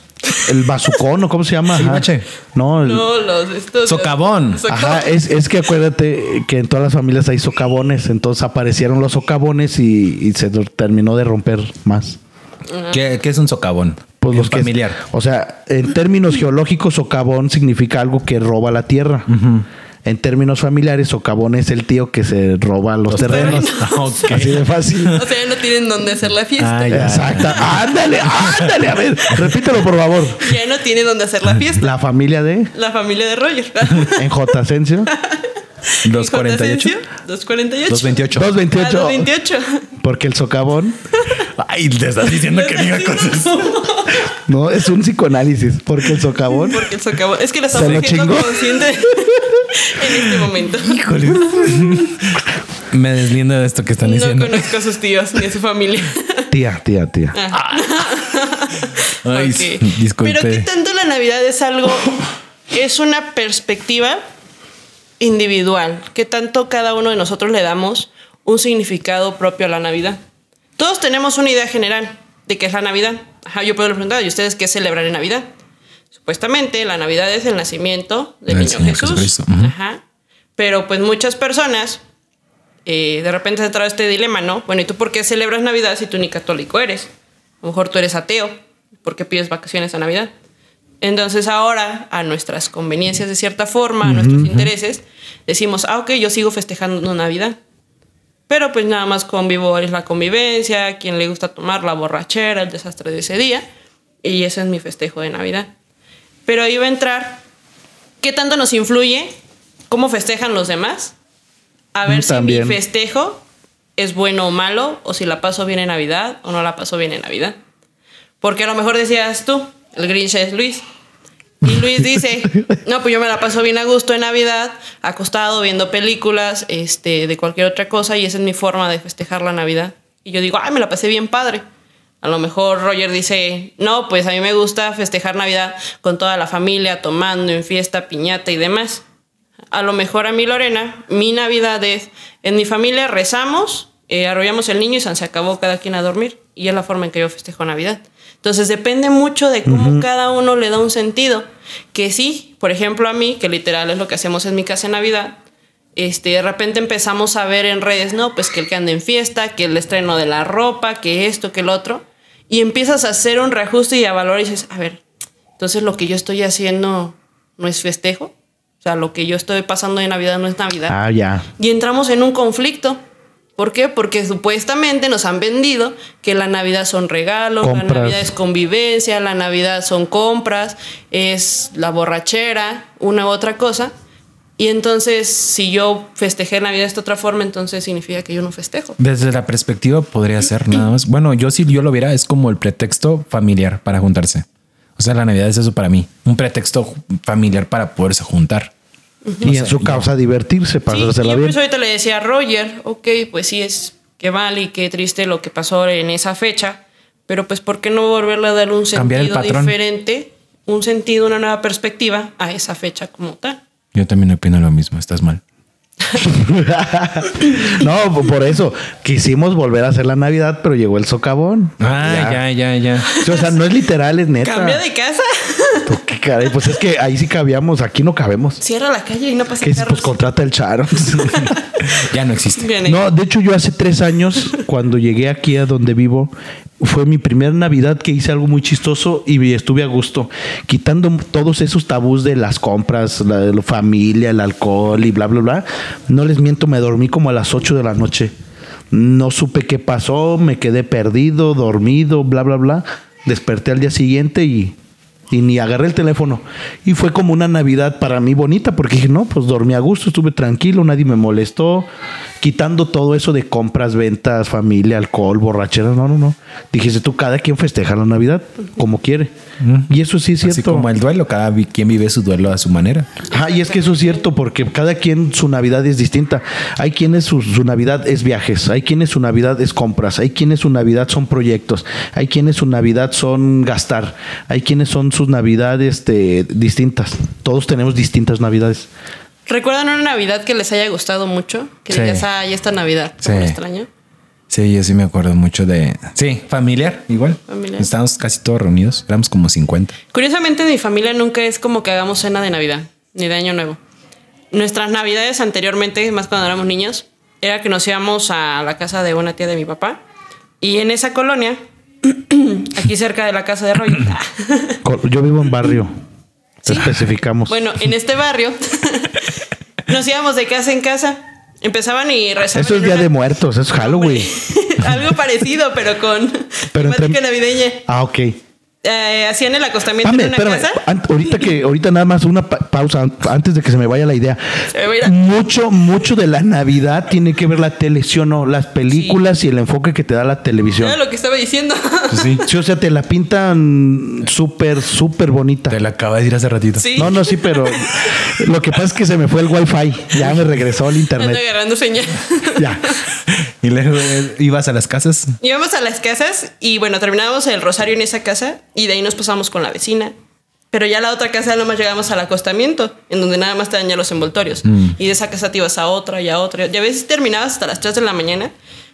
El bazucón o cómo se llama. Sí, Ajá. bache. No, el- No, los... estos- Socavón. ajá, es, es que acuérdate que en todas las familias hay socavones. Entonces aparecieron los socavones y, y se terminó de romper más. ¿Qué, qué es un socavón? Pues El los que- familiar. o sea, en términos geológicos, socavón significa algo que roba la tierra. En términos familiares, socavón es el tío que se roba los, terrenos. terrenos. Ah, Ok. Así de fácil. O sea, ya no tienen dónde hacer la fiesta. Ah, ya. Exacto. Ándale, ándale. A ver, repítelo por favor. Ya no tienen dónde hacer la fiesta. La familia de La familia de Roger. en J. Asensio. Los Hijo de 48. Asensio, 248. Los 28. 228. Ah, 228. Porque el socavón Ay, te estás diciendo que diga cosas. no es un psicoanálisis. Porque el socavón. Porque el socavón. Es que lo Se lo estamos viendo chingó. consciente en este momento. Híjole. Me deslindo de esto que están No diciendo. conozco a sus tíos ni a su familia. Tía, tía, tía. Ay, Ok. s- disculpe. Pero qué tanto la Navidad es algo, es una perspectiva individual. ¿Qué tanto cada uno de nosotros le damos un significado propio a la Navidad? Todos tenemos una idea general de qué es la Navidad. Ajá, yo puedo preguntar, ¿y ustedes qué celebran en Navidad? Supuestamente la Navidad es el nacimiento del Del niño Señor Jesús. Jesucristo. Ujú. Ajá. Pero pues muchas personas eh, de repente se trae este dilema, ¿no? Bueno, ¿y tú por qué celebras Navidad si tú ni católico eres? A lo mejor tú eres ateo, ¿por qué pides vacaciones a Navidad? Entonces ahora, a nuestras conveniencias de cierta forma, a nuestros intereses, decimos, ah, ok, yo sigo festejando Navidad. Pero pues nada más convivo es la convivencia, a quien le gusta tomar la borrachera, el desastre de ese día. Y ese es mi festejo de Navidad. Pero ahí va a entrar, ¿qué tanto nos influye? ¿Cómo festejan los demás? A ver si También. mi festejo es bueno o malo, o si la paso bien en Navidad o no la paso bien en Navidad. Porque a lo mejor decías tú, el Grinch es Luis. Y Luis dice, no, pues yo me la paso bien a gusto en Navidad, acostado, viendo películas, este, de cualquier otra cosa, y esa es mi forma de festejar la Navidad. Y yo digo, ay, me la pasé bien padre. A lo mejor Roger dice, no, pues a mí me gusta festejar Navidad con toda la familia, tomando en fiesta, piñata y demás. A lo mejor a mí, Lorena, mi Navidad es, en mi familia rezamos, eh, arrollamos el niño y san- se acabó cada quien a dormir. Y es la forma en que yo festejo Navidad. Entonces depende mucho de cómo cada uno le da un sentido. Que sí, por ejemplo a mí, que literal es lo que hacemos en mi casa en Navidad, este, de repente empezamos a ver en redes, ¿no? Pues que el que anda en fiesta, que el estreno de la ropa, que esto, que el otro. Y empiezas a hacer un reajuste y a valorar y dices, a ver, entonces lo que yo estoy haciendo no es festejo. O sea, lo que yo estoy pasando de Navidad no es Navidad. Ah, ya. Y entramos en un conflicto. ¿Por qué? Porque supuestamente nos han vendido que la Navidad son regalos, la Compras. Navidad es convivencia, la Navidad son compras, es la borrachera, una u otra cosa. Y entonces, si yo festejé Navidad de esta otra forma, entonces significa que yo no festejo. Desde la perspectiva podría ser nada más. Bueno, yo si yo lo viera es como el pretexto familiar para juntarse. O sea, la Navidad es eso para mí, un pretexto familiar para poderse juntar. Y en su causa divertirse, Sí, pasársela yo por bien. eso ahorita le decía a Roger, ok, pues sí es que mal y qué triste lo que pasó en esa fecha, pero pues ¿por qué no volverle a dar un Cambiar el sentido patrón. diferente, un sentido, una nueva perspectiva a esa fecha como tal? Yo también opino lo mismo, estás mal. No, po- por eso quisimos volver a hacer la Navidad, pero llegó el socavón. Ah, ya, ya, ya. Sí, O sea, no es literal, es neta. ¿Cambia de casa? Pues, qué caray, pues es que ahí sí cabíamos, aquí no cabemos. Cierra la calle y no pasa Que nada. pues contrata el Charo. Ya no existe. No, de hecho yo hace tres años, cuando llegué aquí a donde vivo, fue mi primera Navidad que hice algo muy chistoso y estuve a gusto, quitando todos esos tabús de las compras, la, la familia, el alcohol y bla, bla, bla. No les miento, me dormí como a las 8 de la noche. No supe qué pasó, me quedé perdido, dormido, bla, bla, bla. Desperté al día siguiente y... Y ni agarré el teléfono. Y fue como una Navidad para mí bonita, porque dije, no, pues dormí a gusto, estuve tranquilo, nadie me molestó, quitando todo eso de compras, ventas, familia, alcohol, borracheras, no, no, no. Dijiste tú, cada quien festeja la Navidad como quiere. Y eso sí es Así cierto. como el duelo, cada vi- quien vive su duelo a su manera. Ah, y es que eso es cierto, porque cada quien su Navidad es distinta. Hay quienes su, su Navidad es viajes, hay quienes su Navidad es compras, hay quienes su Navidad son proyectos, hay quienes su Navidad son gastar, hay quienes son sus Navidades este, distintas. Todos tenemos distintas Navidades. ¿Recuerdan una Navidad que les haya gustado mucho? Que Sí. digas, ay, esta Navidad, Sí. como extraño. Sí, yo sí me acuerdo mucho de. Sí, familiar, igual. Familiar. Estábamos casi todos reunidos, éramos como 50. Curiosamente, en mi familia nunca es como que hagamos cena de Navidad, ni de Año Nuevo. Nuestras Navidades anteriormente, más cuando éramos niños, era que nos íbamos a la casa de una tía de mi papá. Y en esa colonia, aquí cerca de la casa de Roy, Co- Yo vivo en barrio. Especificamos. bueno, en este barrio, nos íbamos de casa en casa. Empezaban y rezaban. eso es en Día una- de Muertos, eso es Halloween. Algo parecido, pero con Pero entre- temática navideña. Ah, ok. Eh, hacían el acostamiento Pame, en una espérame. casa. An- ahorita que ahorita nada más una pa- pausa an- antes de que se me vaya la idea. Se me va a ir a- Mucho mucho de la Navidad tiene que ver la tele, ¿sí o no? Las películas y el enfoque que te da la televisión. Era lo que estaba diciendo. Pues sí. Sí, o sea, te la pintan súper súper bonita. Te la acabas de ir hace ratito. Sí. No, no, sí, pero lo que pasa es que se me fue el wifi, ya me regresó el Ando internet. agarrando señal. Ya. Y luego eh, ibas a las casas. Íbamos a las casas y bueno, terminábamos el rosario en esa casa y de ahí nos pasamos con la vecina. Pero ya a la otra casa nomás llegábamos al acostamiento, en donde nada más te dañan los envoltorios. Mm. Y de esa casa te ibas a otra y a otra. Y a veces terminabas hasta las 3 de la mañana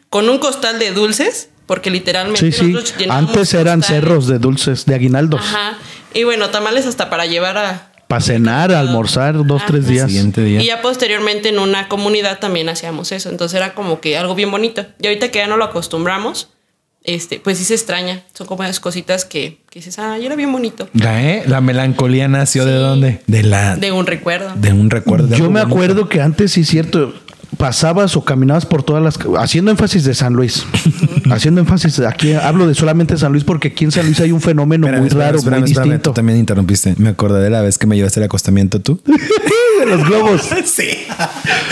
con un costal de dulces, porque literalmente Sí, sí. nosotros llenábamos Antes eran costales. cerros de dulces, de aguinaldos, Ajá. Y bueno, tamales hasta para llevar a, para cenar, almorzar, dos, tres Ajá. días. Siguiente día. Y ya posteriormente en una comunidad también hacíamos eso. Entonces era como que algo bien bonito. Y ahorita que ya no lo acostumbramos, este, pues sí se extraña. Son como esas cositas que, que dices, ah, era bien bonito. La, eh, la melancolía nació de Sí. dónde? De la. De, De un recuerdo. un recuerdo. de Yo algo me bonito. acuerdo que antes, sí, cierto, pasabas o caminabas por todas las. Haciendo énfasis de San Luis. haciendo énfasis. Aquí hablo de solamente San Luis porque aquí en San Luis hay un fenómeno Espérame, muy espérame, raro, espérame, muy espérame, distinto. Tú también interrumpiste. Me acordé de la vez que me llevaste el acostamiento tú. de los globos. sí.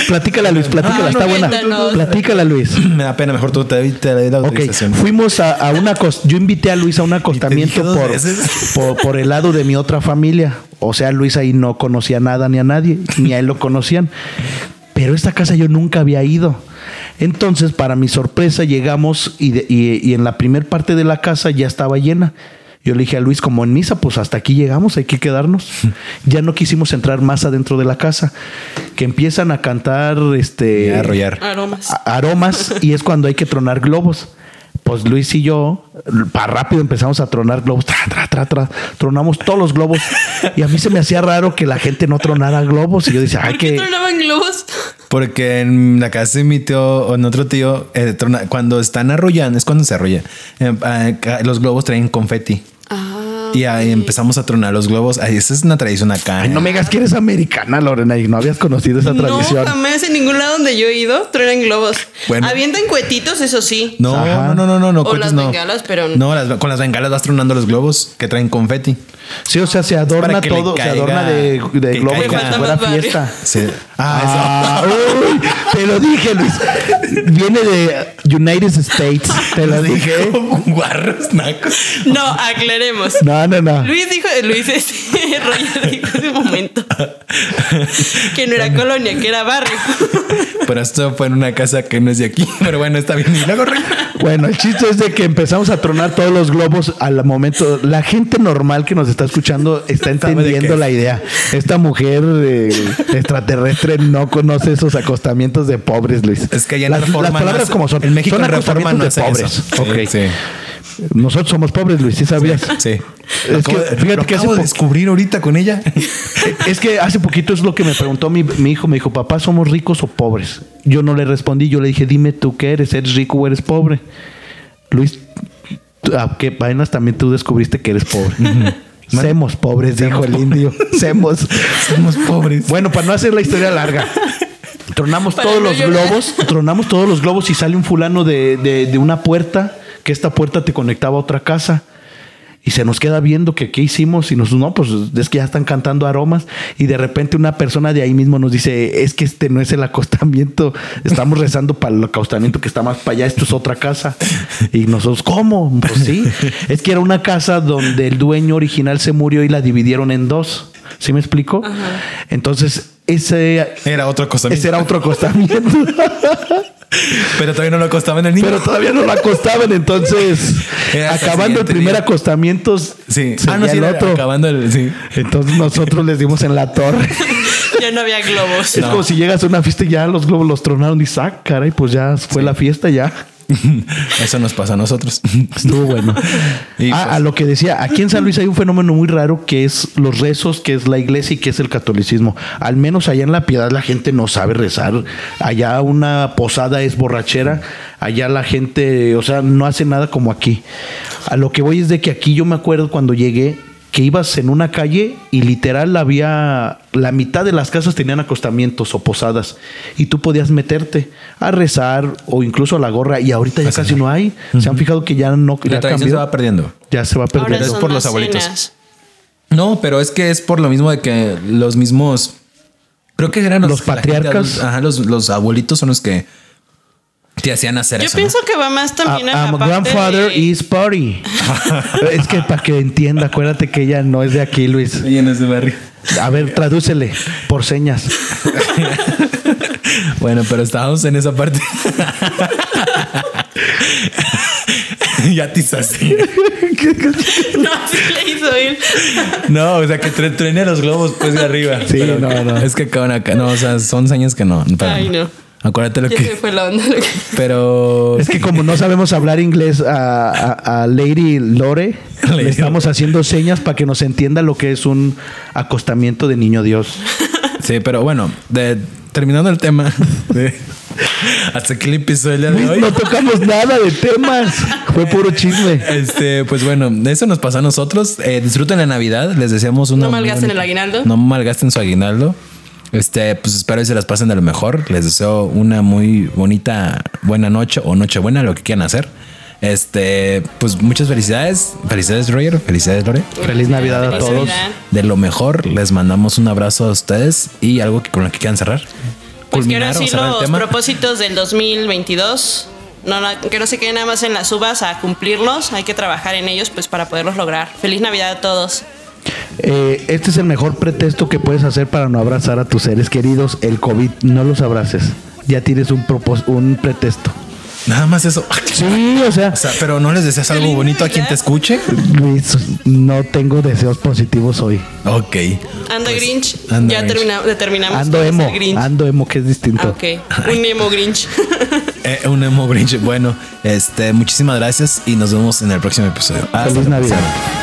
Platícala, Luis, platícala, Ah, está buena. cuéntanos. Platícala, Luis. me da pena. Mejor tú te, te doy la Ok, autorización. fuimos a, a una cos- yo invité a Luis a un acostamiento dos por, veces. por, por el lado de mi otra familia. O sea, Luis ahí no conocía nada ni a nadie, ni a él lo conocían. Pero esta casa yo nunca había ido. Entonces, para mi sorpresa, llegamos y, de- y- y en la primer parte de la casa ya estaba llena. Yo le dije a Luis, como en misa, pues hasta aquí llegamos, hay que quedarnos. Ya no quisimos entrar más adentro de la casa. Que empiezan a cantar este Y a arrollar. Aromas. Ah, a- aromas y es cuando hay que tronar globos. Pues Luis y yo, para rápido empezamos a tronar globos, tra, tra, tra, tra, tronamos todos los globos. Y a mí se me hacía raro que la gente no tronara globos. Y yo decía, ay, ¿Por eh, qué que tronaban globos? Porque en la casa de mi tío o en otro tío, eh, em, trona- cuando están arrollando, es cuando se arrolla. Eh, ah, ca- los globos traen confeti. Ah, Y ahí empezamos a tronar los globos. Ay, esa es una tradición acá. ¿eh? Ay, no me digas que eres americana, Lorena, y no habías conocido esa No, tradición. jamás en ningún lado donde yo he ido truenan globos. Bueno. Avientan cuetitos, eso sí. No, Ajá. no, no, no, no, no. O cohetes las no. bengalas, pero- No, las- con las bengalas vas tronando los globos que traen confeti. Sí, o sea, se adorna Para que le todo, se caiga- adorna de, de que globo caiga. como si fuera Falta más barrio. fiesta. Sí. Ah, uy, te lo dije, Luis. Viene de United States. Te lo dije. Como guarros, nacos. No, aclaremos. No, no, no. Luis dijo, Luis este, Roger dijo hace un momento que no era colonia, que era barrio. Pero esto fue en una casa que no es de aquí. Pero bueno, está bien. Y luego, Roger. Bueno, el chiste es de que empezamos a tronar todos los globos al momento. La gente normal que nos está escuchando está Sabe de entendiendo qué. la idea. Esta mujer eh, extraterrestre no conoce esos acostamientos de pobres, Luis. es que allá en las, Reforma las no palabras hace- como son. En México son en Reforma no hace acostamientos de eso. pobres. Ok. Sí, Nosotros somos pobres, Luis, ¿sí sabías? sí. sí. Es Lo acabo que, de- fíjate lo que hace acabo de po- descubrir ahorita con ella. Es que hace poquito es lo que me preguntó mi, mi hijo. Me dijo, papá, ¿somos ricos o pobres? Yo no le respondí. Yo le dije, dime tú qué eres, ¿eres rico o eres pobre? Luis, tú- ¿a qué vainas también tú descubriste que eres pobre? Semos pobres, dijo el indio. Semos. Somos pobres. Bueno, para no hacer la historia larga. Tronamos Para todos no los llorar. globos, tronamos todos los globos y sale un fulano de, de- de una puerta, que esta puerta te conectaba a otra casa. Y se nos queda viendo que qué hicimos y nos, no, pues es que ya están cantando aromas y de repente una persona de ahí mismo nos dice, es que este no es el acostamiento, estamos rezando para el acostamiento que está más para allá, esto es otra casa. Y nosotros, ¿cómo? Pues sí, es que era una casa donde el dueño original se murió y la dividieron en dos, ¿sí me explico? Entonces, ese, Era otra cosa. ese era otro acostamiento, Pero todavía no lo acostaban el niño. pero todavía no lo acostaban, entonces Era hasta el acabando el siguiente primer día. acostamiento, Sí. seguía Ah, no, sí, el era otro. acabando el. Sí. Entonces nosotros les dimos en la torre. Ya no había globos. Es como si llegas a una fiesta y ya los globos los tronaron y sac, caray, pues ya fue la fiesta ya. Eso nos pasa a nosotros. Estuvo bueno. Y Ah, pues- a lo que decía, aquí en San Luis hay un fenómeno muy raro que es los rezos, que es la iglesia y que es el catolicismo. Al menos allá en La Piedad la gente no sabe rezar. Allá una posada es borrachera. Allá la gente, o sea, no hace nada como aquí. A lo que voy es de que aquí yo me acuerdo cuando llegué que ibas en una calle y literal había la mitad de las casas tenían acostamientos o posadas y tú podías meterte a rezar o incluso a la gorra y ahorita ya casi no hay. Se han fijado que ya no La ya tradición se cambió? va perdiendo. Ya se va Ahora Pero es perdiendo. son por los más abuelitos. cenas. No, pero es que es por lo mismo de que los mismos. Creo que eran Los la gente patriarcas. adulta- ajá, los, los abuelitos son los que te hacían hacer Yo eso. ¿no? pienso que va más también Ah, a la ah, parte grandfather de- is party. es que para que entienda, acuérdate que ella no es de aquí, Luis. Ahí en ese barrio. A ver, tradúcele por señas. Bueno, pero estábamos en esa parte. ya te así. No, sí le hizo ir. No, o sea, que tre- trene los globos pues de arriba. Sí, Pero no, que- no. Es que acaban acá. No, o sea, son señas que no. pero- Ay, no. Acuérdate lo Ya se que. fue la onda. Pero. Es que como no sabemos hablar inglés a, a- a Lady Lore, Lady le estamos haciendo señas para que nos entienda lo que es un acostamiento de niño Dios. Sí, pero bueno, de- terminando el tema. de- hasta aquí el episodio de Luis, hoy. no tocamos nada de temas. Fue puro chisme. Este, pues bueno, eso nos pasa a nosotros. Eh, disfruten la Navidad. Les deseamos una. No malgasten muy bonita- el aguinaldo. No malgasten su aguinaldo. Este, pues espero que se las pasen de lo mejor. Les deseo una muy bonita, buena noche o noche buena, lo que quieran hacer. Este, pues muchas felicidades. Felicidades, Roger. Felicidades, Lore. Feliz Navidad a Feliz todos. Navidad. Pues De lo mejor, les mandamos un abrazo a ustedes y algo que con lo que quieran cerrar. Pues que ahora Culminar o sí cerrar el los tema. propósitos del 2022. No, no, que no se queden nada más en las uvas a cumplirlos. Hay que trabajar en ellos pues para poderlos lograr. Feliz Navidad a todos. Eh, este es el mejor pretexto que puedes hacer para no abrazar a tus seres queridos. El COVID, no los abraces. Ya tienes un, propós- un pretexto. Nada más eso. Ah, Sí, o sea, O sea, pero no les deseas algo Feliz bonito a quien te Navidad. escuche. Luis, no tengo deseos positivos hoy. Ok. Eh, Ando Grinch. anda ya Grinch. termina- terminamos. Ando con ese emo, Grinch. ando emo, que es Ah, distinto. ok. Un emo Grinch. Eh, un emo bridge. Bueno, este, muchísimas gracias y nos vemos en el próximo episodio. Hasta Feliz la Ah, Navidad. próxima.